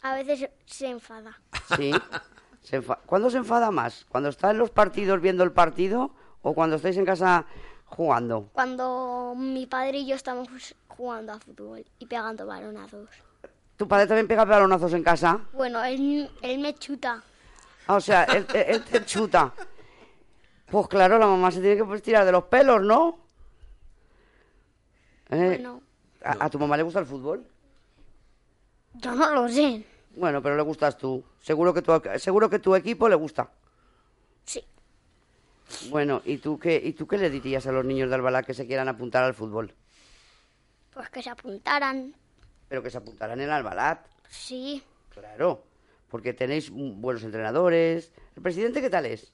A veces se enfada.
Sí. Se enfa- ¿Cuándo se enfada más? ¿Cuando está en los partidos viendo el partido o cuando estáis en casa jugando?
Cuando mi padre y yo estamos jugando a fútbol y pegando balonazos.
¿Tu padre también pega balonazos en casa?
Bueno, él, él me chuta.
Ah, o sea, él, te- él te chuta. Pues claro, la mamá se tiene que pues, tirar de los pelos, ¿no? Eh,
Bueno,
¿a, a tu mamá le gusta el fútbol?
yo no lo sé.
Bueno, pero le gustas tú. Seguro que tu, seguro que tu equipo le gusta.
Sí.
Bueno, ¿y tú qué, y tú qué le dirías a los niños de Albalá que se quieran apuntar al fútbol?
Pues que se apuntaran.
Pero que se apuntarán en Albalat.
Sí.
Claro, porque tenéis mm, buenos entrenadores. ¿El presidente qué tal es?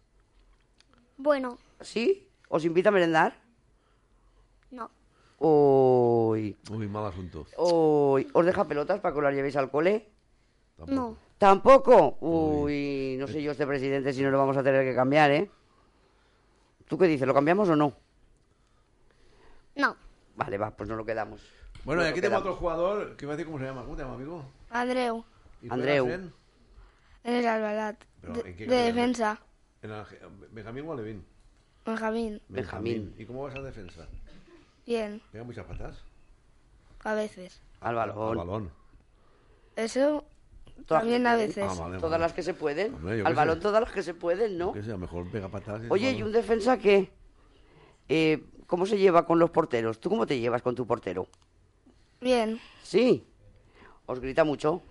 Bueno,
¿Sí? ¿Os invita a merendar?
no.
Uy.
Uy, mal asunto.
Uy. ¿Os deja pelotas para que las llevéis al cole?
No.
¿Tampoco? Uy, no sé yo este presidente si no lo vamos a tener que cambiar, ¿eh? ¿Tú qué dices? ¿Lo cambiamos o no?
No.
Vale, va, pues no lo quedamos.
Bueno,
No
y
lo
aquí tengo
quedamos.
otro jugador que me dice cómo se llama. ¿Cómo te llama, amigo?
Andreu,
¿Y juegas
Andreu.
en-
eres Albalat.
Pero,
De,
¿en qué
de
categoría?
defensa.
en la- Benjamín o Alevín?
Benjamín.
Benjamín. ¿Y cómo va esa defensa?
Bien,
¿Pega muchas patas?
a veces.
Al balón.
Al balón.
Eso también a veces.
Ah, vale,
Todas
vale.
las que se pueden.
Hombre, yo
Al
qué
balón
sé.
todas las que se pueden, ¿no?
Que sea, mejor pega patas. y-
Oye, ¿y un defensa qué? Eh, ¿Cómo se lleva con los porteros? ¿Tú cómo te llevas con tu portero?
Bien,
Sí. ¿Os grita mucho?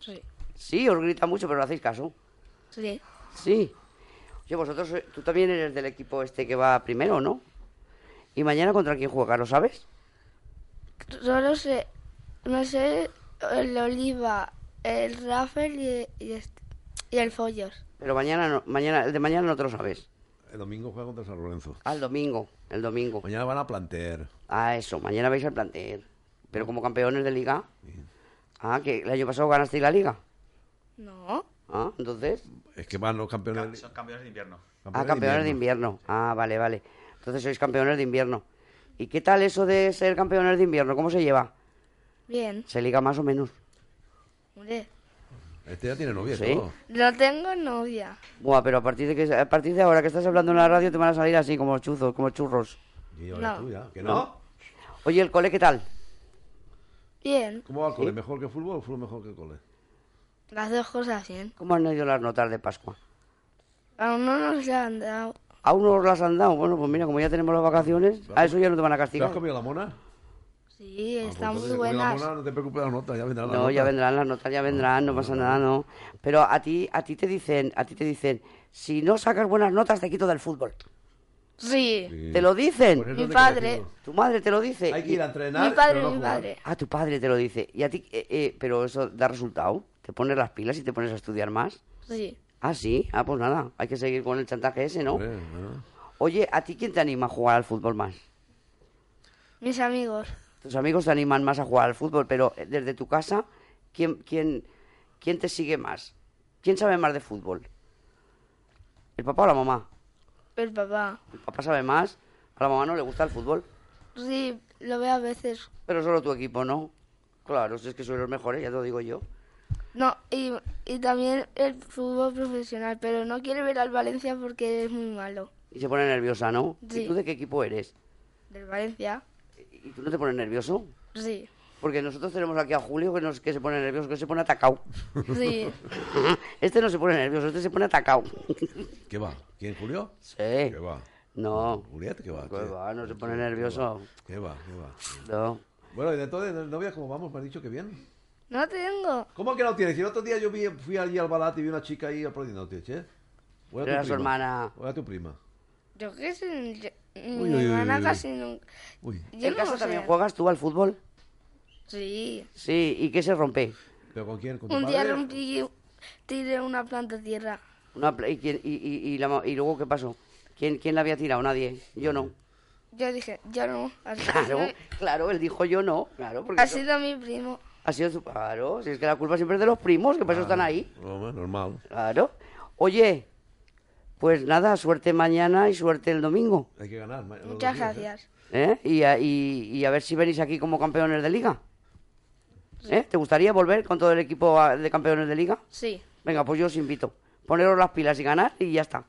sí.
Sí, os grita mucho, pero no hacéis caso.
Sí,
Sí. Oye, vosotros, eh, tú también eres del equipo este que va primero, ¿no? ¿Y mañana contra quién juega, lo sabes?
solo sé, no sé, el Oliva, el Rafael y, y este- y el Follos.
Pero mañana no, mañana, el de mañana no te lo sabes.
El domingo juega contra San Lorenzo.
Ah, el domingo, el domingo.
Mañana van a plantear.
Ah, eso, mañana vais al plantel. Pero como campeones de liga. Ah, que el año pasado ganasteis la liga.
No.
Ah, entonces.
Es que van los campeones.
Son campeones de invierno.
ah, campeones de invierno. Ah, vale, vale. Entonces sois campeones de invierno. ¿Y qué tal eso de ser campeones de invierno? ¿Cómo se lleva?
Bien,
¿Se liga más o menos?
hombre.
Este ya tiene novia,
Sí.
todo.
No tengo novia.
Buah, pero a partir, de que, a partir de ahora que estás hablando en la radio te van a salir así, como chuzos, como churros.
Y
No.
tú ya, que no.
Oye, ¿el cole qué tal?
Bien,
¿Cómo va el cole?
Sí.
¿Mejor que el fútbol o el fútbol mejor que el cole?
las dos cosas bien.
¿Cómo han ido las notas de Pascua?
Aún no nos han dado.
¿Aún no os las han dado? Bueno, pues mira, como ya tenemos las vacaciones, a eso ya no te van a
¿Te has
castigar.
comido la mona?
Sí,
Pues
están
entonces,
muy
si comes la
buenas.
mona, no te preocupes las notas, ya vendrán las
No, ya
notas.
vendrán las notas, ya vendrán, no pasa nada, no. Pero a ti, a ti te dicen, a ti te dicen, si no sacas buenas notas te quito del fútbol.
Sí.
Te lo dicen.
Mi es padre. negativo.
Tu madre te lo dice.
Hay que
Y-
ir a entrenar, Mi padre, pero no mi jugar. padre.
Ah, tu padre te lo dice. Y a ti, eh, eh, pero eso da resultado. Te pones las pilas y te pones a estudiar más.
Sí.
Ah, sí. Ah, pues nada. Hay que seguir con el chantaje ese, ¿no?
Hombre, ¿no?
Oye, ¿a ti quién te anima a jugar al fútbol más?
Mis amigos.
Tus amigos te animan más a jugar al fútbol, pero eh, desde tu casa, ¿quién, quién, quién te sigue más? ¿Quién sabe más de fútbol? ¿El papá o la mamá?
El papá.
El papá sabe más, a la mamá no le gusta el fútbol.
Sí, lo veo a veces.
Pero solo tu equipo, ¿no? Claro, si es que soy los mejores, ya te lo digo yo.
No, y, y también el fútbol profesional, pero no quiere ver al Valencia porque es muy malo.
Y se pone nerviosa, ¿no?
Sí.
¿Y tú de qué equipo eres?
¿Del Valencia?
¿Y tú no te pones nervioso?
Sí.
Porque nosotros tenemos aquí a Julio que, nos, que se pone nervioso, que se pone atacado.
Sí.
[laughs] Este no se pone nervioso, este se pone atacado.
¿Qué va? ¿Quién, Julio?
Sí.
¿Qué va?
No.
¿Juliet qué va?
¿Qué Pues va? No se pone
¿Qué
nervioso.
va? ¿Qué va? ¿Qué va?
No.
Bueno, y de todo, de novia, ¿cómo vamos? ¿Me has dicho que bien?
No tengo.
¿Cómo que no tienes? El otro día yo vi- fui allí al Balat y vi una chica ahí aprendiendo, ¿no tienes, eh? ¿O
Era
tu
su
prima?
hermana.
¿O era tu prima?
Yo qué sé. yo-
uy,
mi
uy,
hermana
uy.
casi nunca.
Uy.
Yo
¿En
no
casa
sé.
también juegas tú al fútbol?
Sí.
Sí, ¿y qué se rompe?
¿Pero con quién? ¿Con
Un día rompí, tiré una planta a tierra.
Una pla- ¿y, quién- y, y- y la ma- y luego qué pasó? ¿Quién, ¿Quién la había tirado? Nadie. Yo no.
Yo dije, yo no.
[laughs]
Así,
Claro, claro, él dijo yo no. Claro, Ah, porque
ha
eso-
sido mi primo.
ha sido su... Claro, si es que la culpa siempre es de los primos, que por eso están ahí.
Normal, normal.
Claro. Oye, pues nada, suerte mañana y suerte el domingo.
Hay que ganar. ma- los dos
Muchas
días, ¿eh?
gracias.
¿eh? Y, a, y- y a ver si venís aquí como campeones de liga. ¿Eh? ¿Te gustaría volver con todo el equipo ah, de campeones de liga?
Sí.
Venga, pues yo os invito. Poneros las pilas y ganar y ya está.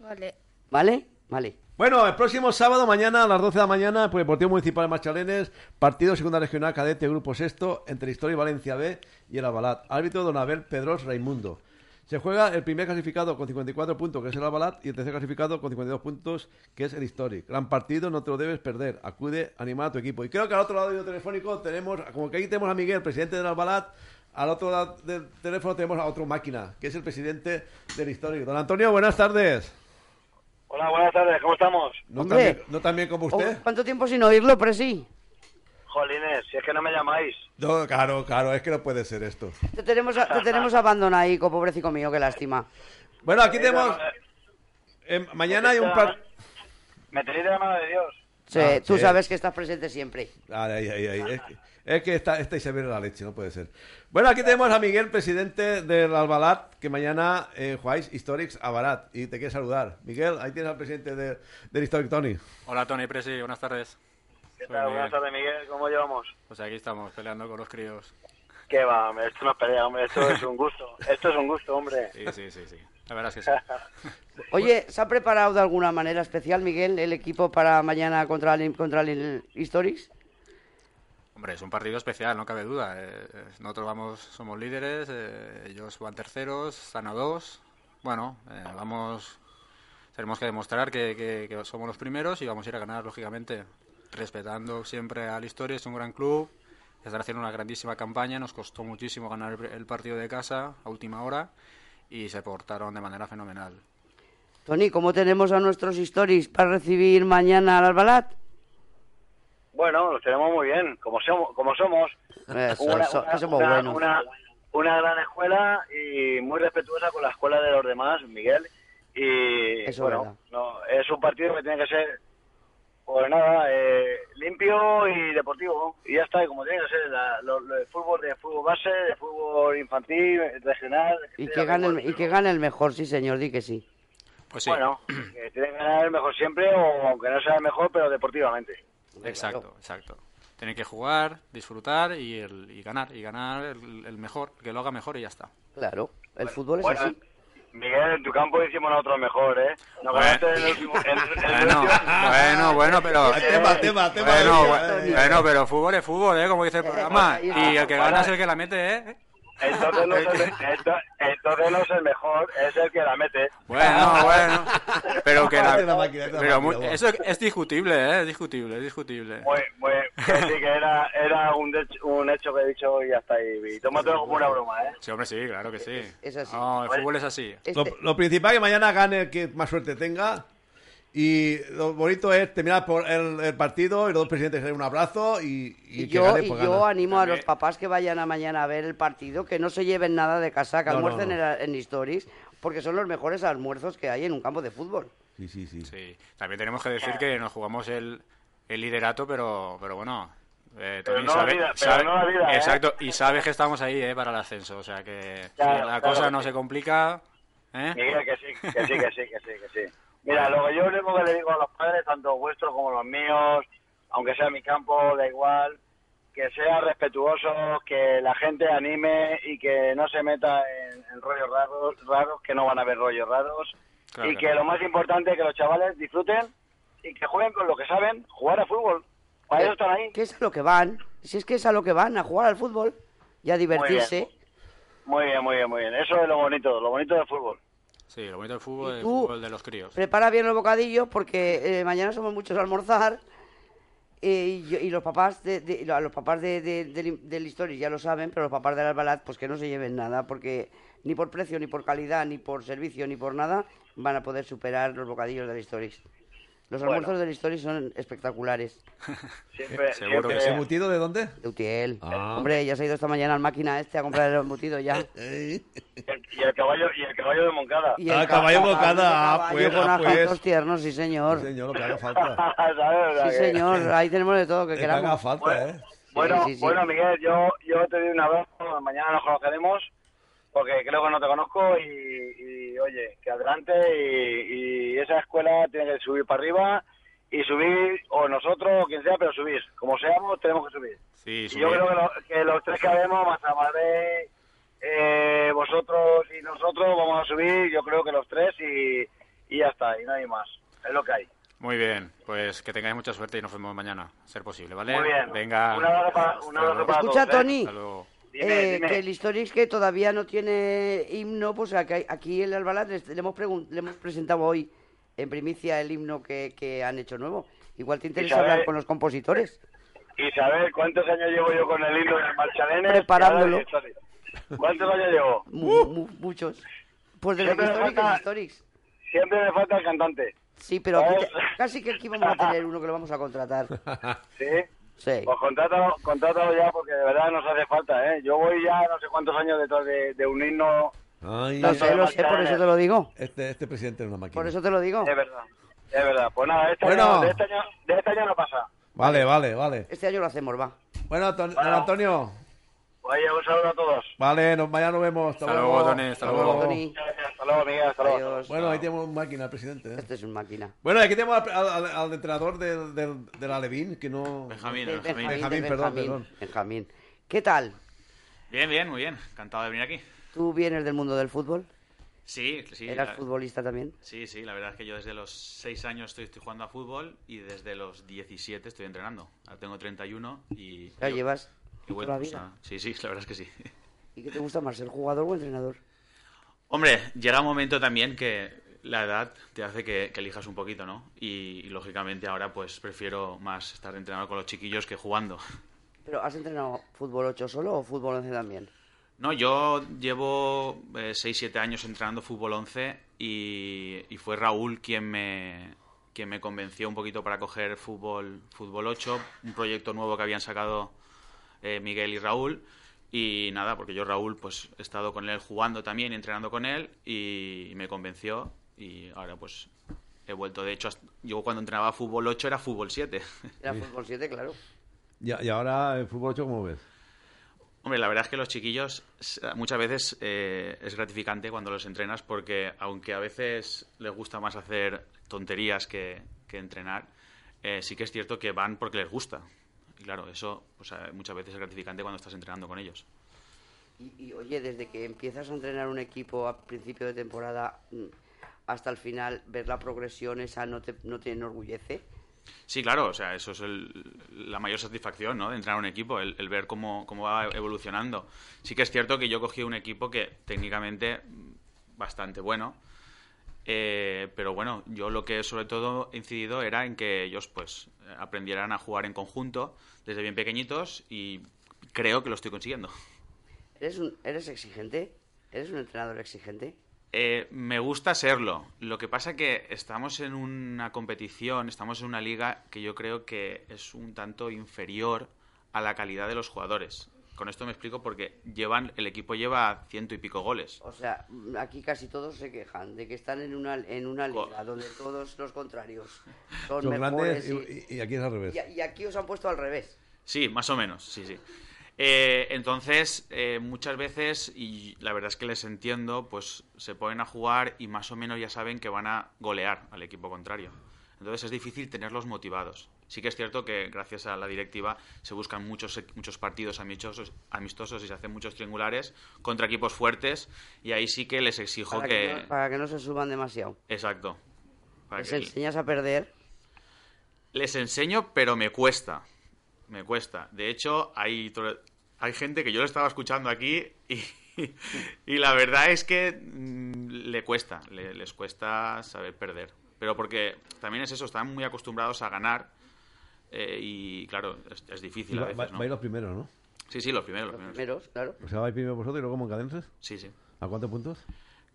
Vale.
¿Vale? Vale.
Bueno, el próximo sábado mañana a las 12 de la mañana, por el Deportivo Municipal de Marchalenes, partido segunda regional cadete, grupo sexto, entre Historia y Valencia B y el Abalat. Árbitro Don Abel Pedros Raimundo. Se juega el primer clasificado con 54 puntos, que es el Abalat, y el tercer clasificado con 52 puntos, que es el Histori. Gran partido, no te lo debes perder. Acude, anima a tu equipo. Y creo que al otro lado del telefónico tenemos, como que ahí tenemos a Miguel, presidente del Abalat, al otro lado del teléfono tenemos a otro máquina, que es el presidente del Histori. Don Antonio, buenas tardes.
Hola, buenas tardes, ¿cómo estamos?
No,
Hombre.
tan bien, no tan bien como usted.
Oh, ¿Cuánto tiempo sin oírlo, Presi?
Jolines, si es que no me llamáis.
No, claro, claro, es que no puede ser esto.
Te tenemos, a- te tenemos abandonadico, pobrecito mío, qué lástima.
Bueno, aquí tenemos. eh, mañana hay un par.
Me tenéis de la mano de Dios.
Sí,
Ah,
tú
sí.
sabes que estás presente siempre.
Ay, ay, ay, ay, Es que, es que está, está Isabel a la leche, no puede ser. Bueno, aquí tenemos a Miguel, presidente del Albalat, que mañana eh, jugáis Historics Abalat. Y te quiere saludar. Miguel, ahí tienes al presidente de- del Historic Tony.
Hola Tony Presi, buenas tardes. ¿Qué
tal? Buenas tardes, Miguel, ¿cómo llevamos?
Pues aquí estamos, peleando con los críos.
Qué va, hombre, esto no es pelea, hombre, esto es un gusto. Esto es un gusto, hombre.
Sí, sí, sí, sí. La verdad es que sí.
[laughs]
Oye, ¿se ha preparado de alguna manera especial, Miguel, el equipo para mañana contra el, contra el Historics?
Hombre, es un partido especial, no cabe duda. Eh, eh, nosotros vamos, somos líderes, eh, ellos van terceros, están a dos. Bueno, eh, vamos, tenemos que demostrar que, que- que somos los primeros y vamos a ir a ganar, lógicamente, respetando siempre al Historia, es un gran club, están haciendo una grandísima campaña, nos costó muchísimo ganar el- el partido de casa a última hora y se portaron de manera fenomenal.
Tony, ¿cómo tenemos a nuestros Historics para recibir mañana al Albalat?
Bueno, los tenemos muy bien, como somos. Como somos.
Eso, eso, que somos
una-
buenos.
una- una gran escuela y muy respetuosa con la escuela de los demás, Miguel. Y
Eso es verdad.
bueno, no, es un partido que tiene que ser, pues nada, eh, limpio y deportivo. Y ya está, y como tiene que ser, la- lo, lo de fútbol de fútbol base, de fútbol infantil, regional.
Y que, gane el, y que gane el mejor, sí señor, di que sí.
Pues [clears throat]
Bueno, que tiene que ganar el mejor siempre, o aunque no sea el mejor, pero deportivamente.
Exacto, exacto. Tienen que jugar, disfrutar y, el- y ganar, y ganar el, el mejor, el que lo haga mejor y ya está.
Claro, el fútbol es
Bueno,
así.
Miguel, en tu campo hicimos nosotros mejor, ¿eh? Nos ganaste en el último... en- en
[laughs]
el
Bueno,
último-
bueno, bueno, pero. eh,
Tema, tema, tema.
Bueno,
Eh,
bueno,
eh,
bueno, pero fútbol es fútbol, ¿eh? Como dice el programa.
ahí está.
Y el que gana es el que la mete, ¿eh?
Entonces no, es el, ento- entonces no es el mejor, es el que la mete. [laughs]
Bueno, bueno. Pero que la.
Esta máquina, esta
Pero mu-
máquina, vos.
eso es discutible, ¿eh? Es discutible, es discutible.
Muy, muy, que sí, que era, era un, dech- un hecho que he dicho y hasta ahí. Y tómatelo como una broma, ¿eh?
Sí, hombre, sí, claro que sí. Este-
Es así.
No, el fútbol es así.
Lo,
Este
lo principal que mañana gane el que más suerte tenga. Y lo bonito es terminar por el, el partido y los dos presidentes se den un abrazo y, y
Y
que
yo,
gane,
y
pues
yo
gana.
animo a los papás que vayan a mañana a ver el partido, que no se lleven nada de casaca,
No, no,
almuercen en- en Historics, porque son los mejores almuerzos que hay en un campo de fútbol.
Sí, sí, sí.
También tenemos que decir que nos jugamos el, el liderato, pero, pero bueno. eh,
Pero
Tony
no la
sabe-
vida, pero
sabe-
no la vida, ¿eh?
Exacto, y sabes que estamos ahí eh, para el ascenso, o sea que si
Claro,
la
claro
cosa
que
no
sí.
se complica. ¿eh?
Miguel, que sí, que sí, que sí, que sí, que sí. Mira, lo que yo único que le digo a los padres, tanto vuestros como los míos, aunque sea mi campo, da igual, que sean respetuosos, que la gente anime y que no se meta en, en rollos raros, raros, que no van a haber rollos raros.
Claro
y
que
que
no.
lo más importante es que los chavales disfruten y que jueguen con lo que saben, jugar a fútbol. Para eso están ahí.
Que es a lo que van, si es que es a lo que van, a jugar al fútbol y a divertirse.
Muy bien, muy bien, muy bien. Eso es lo bonito, lo bonito del fútbol.
Sí, lo bonito del fútbol es el
tú?
fútbol de los críos.
Prepara bien los bocadillos porque eh, mañana somos muchos a almorzar eh, y, yo- y los papás de, de- y lo- los papás de, de- del, del Historic ya lo saben, pero los papás del Albalat pues que no se lleven nada porque ni por precio, ni por calidad, ni por servicio, ni por nada van a poder superar los bocadillos del Historic. Los
Bueno.
almuerzos del Historic son espectaculares.
[laughs] Siempre,
Seguro
siempre-
que sí. Ah. ¿Embutido de dónde?
De Utiel. Hombre, ya se ha ido esta mañana al máquina este a comprar el embutido
[laughs]
ya.
Y el caballo, y el caballo Ah, de Moncada. ah, pues,
Y
Ah,
el ca-
pues,
caballo con ajitos tiernos, sí señor. Sí
señor, lo que haga falta.
[laughs]
Sí señor, ahí tenemos de todo lo que
Que haga
queramos.
falta, ¿eh?
Bueno,
sí, sí.
bueno, Miguel, yo, yo te doy un abrazo. Mañana nos conoceremos porque creo que no te conozco y, y, oye, que adelante y, y esa escuela tiene que subir para arriba y subir, o nosotros, o quien sea, pero subir. Como seamos, tenemos que subir.
Sí,
Y yo creo que, lo- que los tres que habemos, Mazamabé, eh, vosotros y nosotros, vamos a subir, yo creo que los tres y, y ya está, y nadie más. Es lo que hay.
[laughs] Muy bien, pues que tengáis mucha suerte y nos vemos mañana, a ser posible, ¿vale?
Muy bien.
Venga.
Un abrazo para- un
Hasta
abrazo para
luego.
todos, Escucha, ¿eh? Tony.
Hasta luego.
Eh, que el Historix que todavía no tiene himno, pues aquí, aquí en el Albalat les- le hemos, pregun- le hemos presentado hoy en primicia el himno que, que han hecho nuevo. Igual te interesa
sabe-
hablar con los compositores.
Isabel, ¿cuántos años llevo yo con el himno de Marchalenes?
Preparándolo.
¿Cuántos años llevo?
Mu- mu- muchos. Pues desde que
Siempre me
Historix
falta-
es Historix.
Siempre me falta el cantante.
Sí, pero aquí
¿Sabes?
te- casi que aquí vamos a tener uno que lo vamos
[laughs]
a contratar.
¿Sí?
Sí.
Pues contrátalo, contrátalo ya porque de verdad nos hace falta, ¿eh? Yo voy ya no sé cuántos años detrás de, de un himno.
Ay,
Lo sé, lo sé, por eso te lo digo.
Este, este presidente es una máquina.
Por eso te lo digo.
Es verdad, es verdad. Pues nada, de este,
Bueno.
año, de, este año, de este año no pasa.
Vale, vale, vale.
Este año lo hacemos, va.
Bueno, Anton- don Antonio.
Oye, pues un saludo a todos.
Vale, nos, mañana nos vemos. Hasta,
Hasta luego, Tony, hasta luego. Tony.
Hasta luego, Miguel, hasta luego.
Bueno, ahí tenemos un máquina, el presidente. ¿eh?
Este es un máquina.
Bueno, aquí tenemos al, al- al- al entrenador del, del, del Alevín, que no...
Benjamín,
De
Benjamín.
Este, Benjamín, de
perdón,
Benjamín,
perdón.
Benjamín. ¿Qué tal?
Bien, bien, muy bien. Encantado de venir aquí.
¿Tú vienes del mundo del fútbol?
Sí, sí.
¿Eras
la-
futbolista también?
Sí, sí, la verdad es que yo desde los 6 años estoy, estoy jugando a fútbol y desde los 17 estoy entrenando. Ahora tengo 31 y...
Ya
y-
llevas
y bueno,
toda la
pues
vida.
nada. Sí, sí, la verdad es que sí. [laughs]
¿Y qué te gusta más, ser jugador o entrenador?
Hombre, llega un momento también que la edad te hace que, que elijas un poquito, ¿no? Y, y, lógicamente ahora pues prefiero más estar entrenando con los chiquillos que jugando.
¿Pero has entrenado fútbol 8 solo o fútbol 11 también?
No, yo llevo 6-7 años entrenando fútbol 11 y, y fue Raúl quien me, quien me convenció un poquito para coger fútbol, fútbol 8, un proyecto nuevo que habían sacado eh, Miguel y Raúl. Y nada, porque yo Raúl pues he estado con él jugando también, entrenando con él y, me convenció y ahora pues he vuelto. De hecho, hasta- yo cuando entrenaba fútbol 8 era fútbol 7.
Era fútbol 7, claro.
Y, y ahora el fútbol 8, ¿cómo ves?
Hombre, la verdad es que los chiquillos s- muchas veces eh, es gratificante cuando los entrenas porque aunque a veces les gusta más hacer tonterías que, que entrenar, eh, sí que es cierto que van porque les gusta. Y claro, eso pues, eh, muchas veces es gratificante cuando estás entrenando con ellos.
Y, y, oye, desde que empiezas a entrenar un equipo a principio de temporada mm, hasta el final, ver la progresión esa no te, no te enorgullece.
Sí, claro, o sea, eso es el- la mayor satisfacción, ¿no? De entrenar a un equipo, el, el ver cómo, cómo va evolucionando. Sí que es cierto que yo cogí un equipo que técnicamente mm, bastante bueno, eh, pero bueno, yo lo que sobre todo he incidido era en que ellos pues eh, aprendieran a jugar en conjunto desde bien pequeñitos y creo que lo estoy consiguiendo.
¿Eres, un, ¿Eres exigente? ¿Eres un entrenador exigente?
Eh, me gusta serlo. Lo que pasa que estamos en una competición, estamos en una liga que yo creo que es un tanto inferior a la calidad de los jugadores. Con esto me explico porque llevan el equipo lleva ciento y pico goles.
O sea, mm, aquí casi todos se quejan de que están en una, en una liga donde todos los contrarios son,
Son
mejores.
grandes y, y- y aquí es al
y-
revés.
y- y aquí os han puesto al revés.
Sí, más o menos, sí, sí. Eh, entonces, eh, muchas veces, y la verdad es que les entiendo, pues se ponen a jugar y más o menos ya saben que van a golear al equipo contrario. Entonces es difícil tenerlos motivados. Sí que es cierto que gracias a la directiva se buscan muchos, e- muchos partidos amistosos, amistosos y se hacen muchos triangulares contra equipos fuertes y ahí sí que les exijo
Para que, no, para que no se suban demasiado.
Exacto. Para
Les
que-
enseñas a perder.
les enseño, pero me cuesta. Me cuesta. De hecho, hay, tro- hay gente que yo lo estaba escuchando aquí y, y la verdad es que mm, le cuesta. le- les cuesta saber perder. Pero porque también es eso, están muy acostumbrados a ganar eh, y claro, es, es
Y
difícil a
va,
veces,
va- va a ir
¿no?
los primeros, ¿no?
Sí, sí, los primeros, los primeros.
claro.
O sea, vais primero vosotros y luego Moncadenses.
Sí, sí.
¿A cuántos puntos?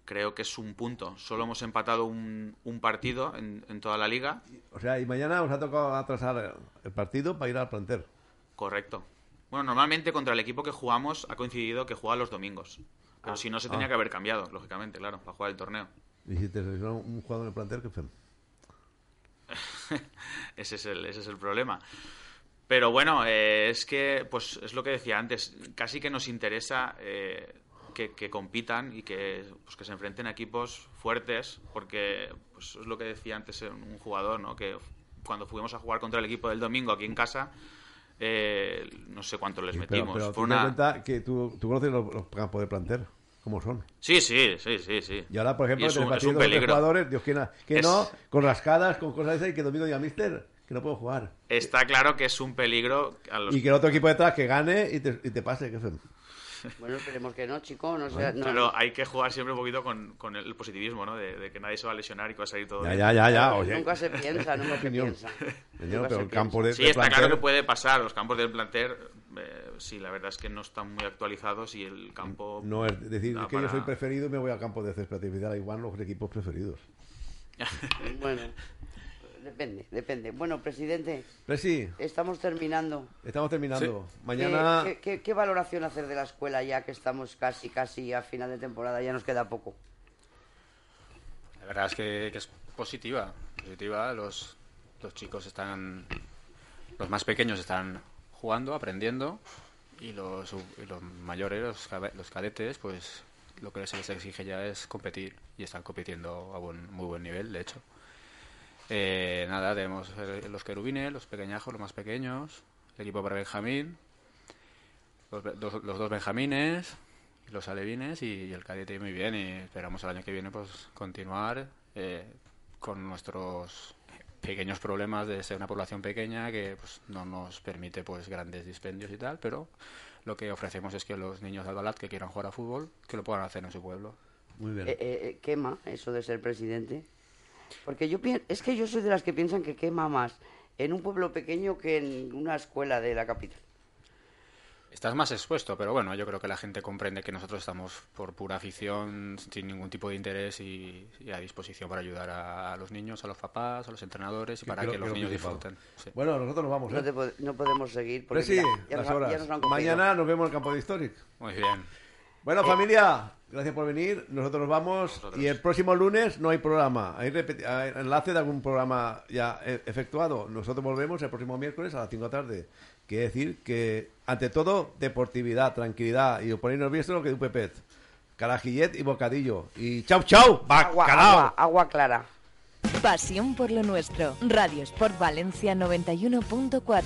Creo que es un punto. Solo hemos empatado un, un partido en, en toda la liga.
O sea, y mañana os ha tocado atrasar el partido para ir al planter.
Correcto. Bueno, normalmente contra el equipo que jugamos ha coincidido que juega los domingos. Pero si no, se tenía
Ah.
que haber cambiado, lógicamente, claro, para jugar el torneo.
Y si te selecciona un jugador en el planter, ¿qué hacemos?
Ese es el, ese es el problema. Pero bueno, eh, es que, pues es lo que decía antes, casi que nos interesa eh, que, que compitan y que, pues, que se enfrenten a equipos fuertes, porque pues, es lo que decía antes un un jugador, ¿no? Que cuando fuimos a jugar contra el equipo del domingo aquí en casa, eh, no sé cuánto les metimos.
pero
Fue
ten en
una-
cuenta que tú, tú conoces los, los campos de planter, cómo son.
Sí, sí, sí, sí, sí.
Y ahora, por ejemplo,
Y es
te
un, es un
partido con
peligro.
jugadores, Dios quiera, que
Es-
no, con rascadas, con cosas esas, y que domingo diga, mister, que no puedo jugar.
Está claro que es un peligro a los...
Y que
[laughs]
el otro equipo detrás que gane y te, y te pase, ¿qué hacemos?
Bueno, esperemos que no, chico. No sea,
Claro,
no-
hay que jugar siempre un poquito con, con el positivismo, ¿no? De, de que nadie se va a lesionar y que va a salir todo
Ya,
bien.
ya, ya, ya, oye.
Nunca se
[laughs]
piensa, nunca se
Opinión.
piensa.
Señor, pero el campo de,
Sí,
de
está
planter-
claro que puede pasar. Los campos del planter, eh, sí, la verdad es que no están muy actualizados y el campo...
No, es decir,
da
es que yo
para-
soy preferido y me voy al campo de césped artificial, igual los equipos preferidos.
Bueno, depende, depende. Bueno, presidente,
Presi,
estamos terminando.
estamos terminando.
¿Qué-
Mañana,
¿Qué, qué, qué valoración hacer de la escuela ya que estamos casi, casi a final de temporada? Ya nos queda poco.
La verdad es que, que es positiva. Positiva, los, los chicos están. Los más pequeños están jugando, aprendiendo. Y los, y los mayores, los, cabe- los cadetes, pues lo que se les exige ya es competir. Y están compitiendo a un muy buen nivel, de hecho. Eh, nada, tenemos eh, los querubines, los pequeñajos, los más pequeños. El equipo para Benjamín. Los, be- dos- los dos Benjamines. los alevines ¿eh? y, y el cadete muy bien y esperamos el año que viene pues continuar eh, con nuestros pequeños problemas de ser una población pequeña que pues, no nos permite pues grandes dispendios y tal, pero lo que ofrecemos es que los niños de Albalat que quieran jugar a fútbol, que lo puedan hacer en su pueblo.
Muy bien.
Eh, eh, ¿Quema eso de ser presidente? Porque yo pienso, es que yo soy de las que piensan que quema más en un pueblo pequeño que en una escuela de la capital.
Estás más expuesto, pero bueno, yo creo que la gente comprende que nosotros estamos por pura afición, sin ningún tipo de interés y, y a disposición para ayudar a, a los niños, a los papás, a los entrenadores y
Que-
para
que
que,
lo- que
los
lo
niños
principal.
disfruten. Sí.
Bueno, nosotros nos vamos.
No,
¿eh?
te pod- no podemos seguir porque
Presi,
mira, ya
las
nos han-
horas.
ya nos han cogido.
Mañana nos vemos en el campo de Historic.
Muy bien.
Bueno, familia, gracias por venir. Nosotros nos vamos. Y el próximo lunes no hay programa. Hay, repeti- hay enlace de algún programa ya eh, efectuado. Nosotros volvemos el próximo miércoles a las 5 de la tarde. Quiere decir que, ante todo, deportividad, tranquilidad y os ponéis nerviosos lo que de un pepet. Carajillet y bocadillo. Y chau, chau,
Agua,
bacalao.
agua, agua clara.
Pasión por lo nuestro. Radio Sport Valencia 91.4.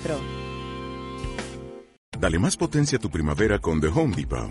Dale más potencia a tu primavera con The Home Depot.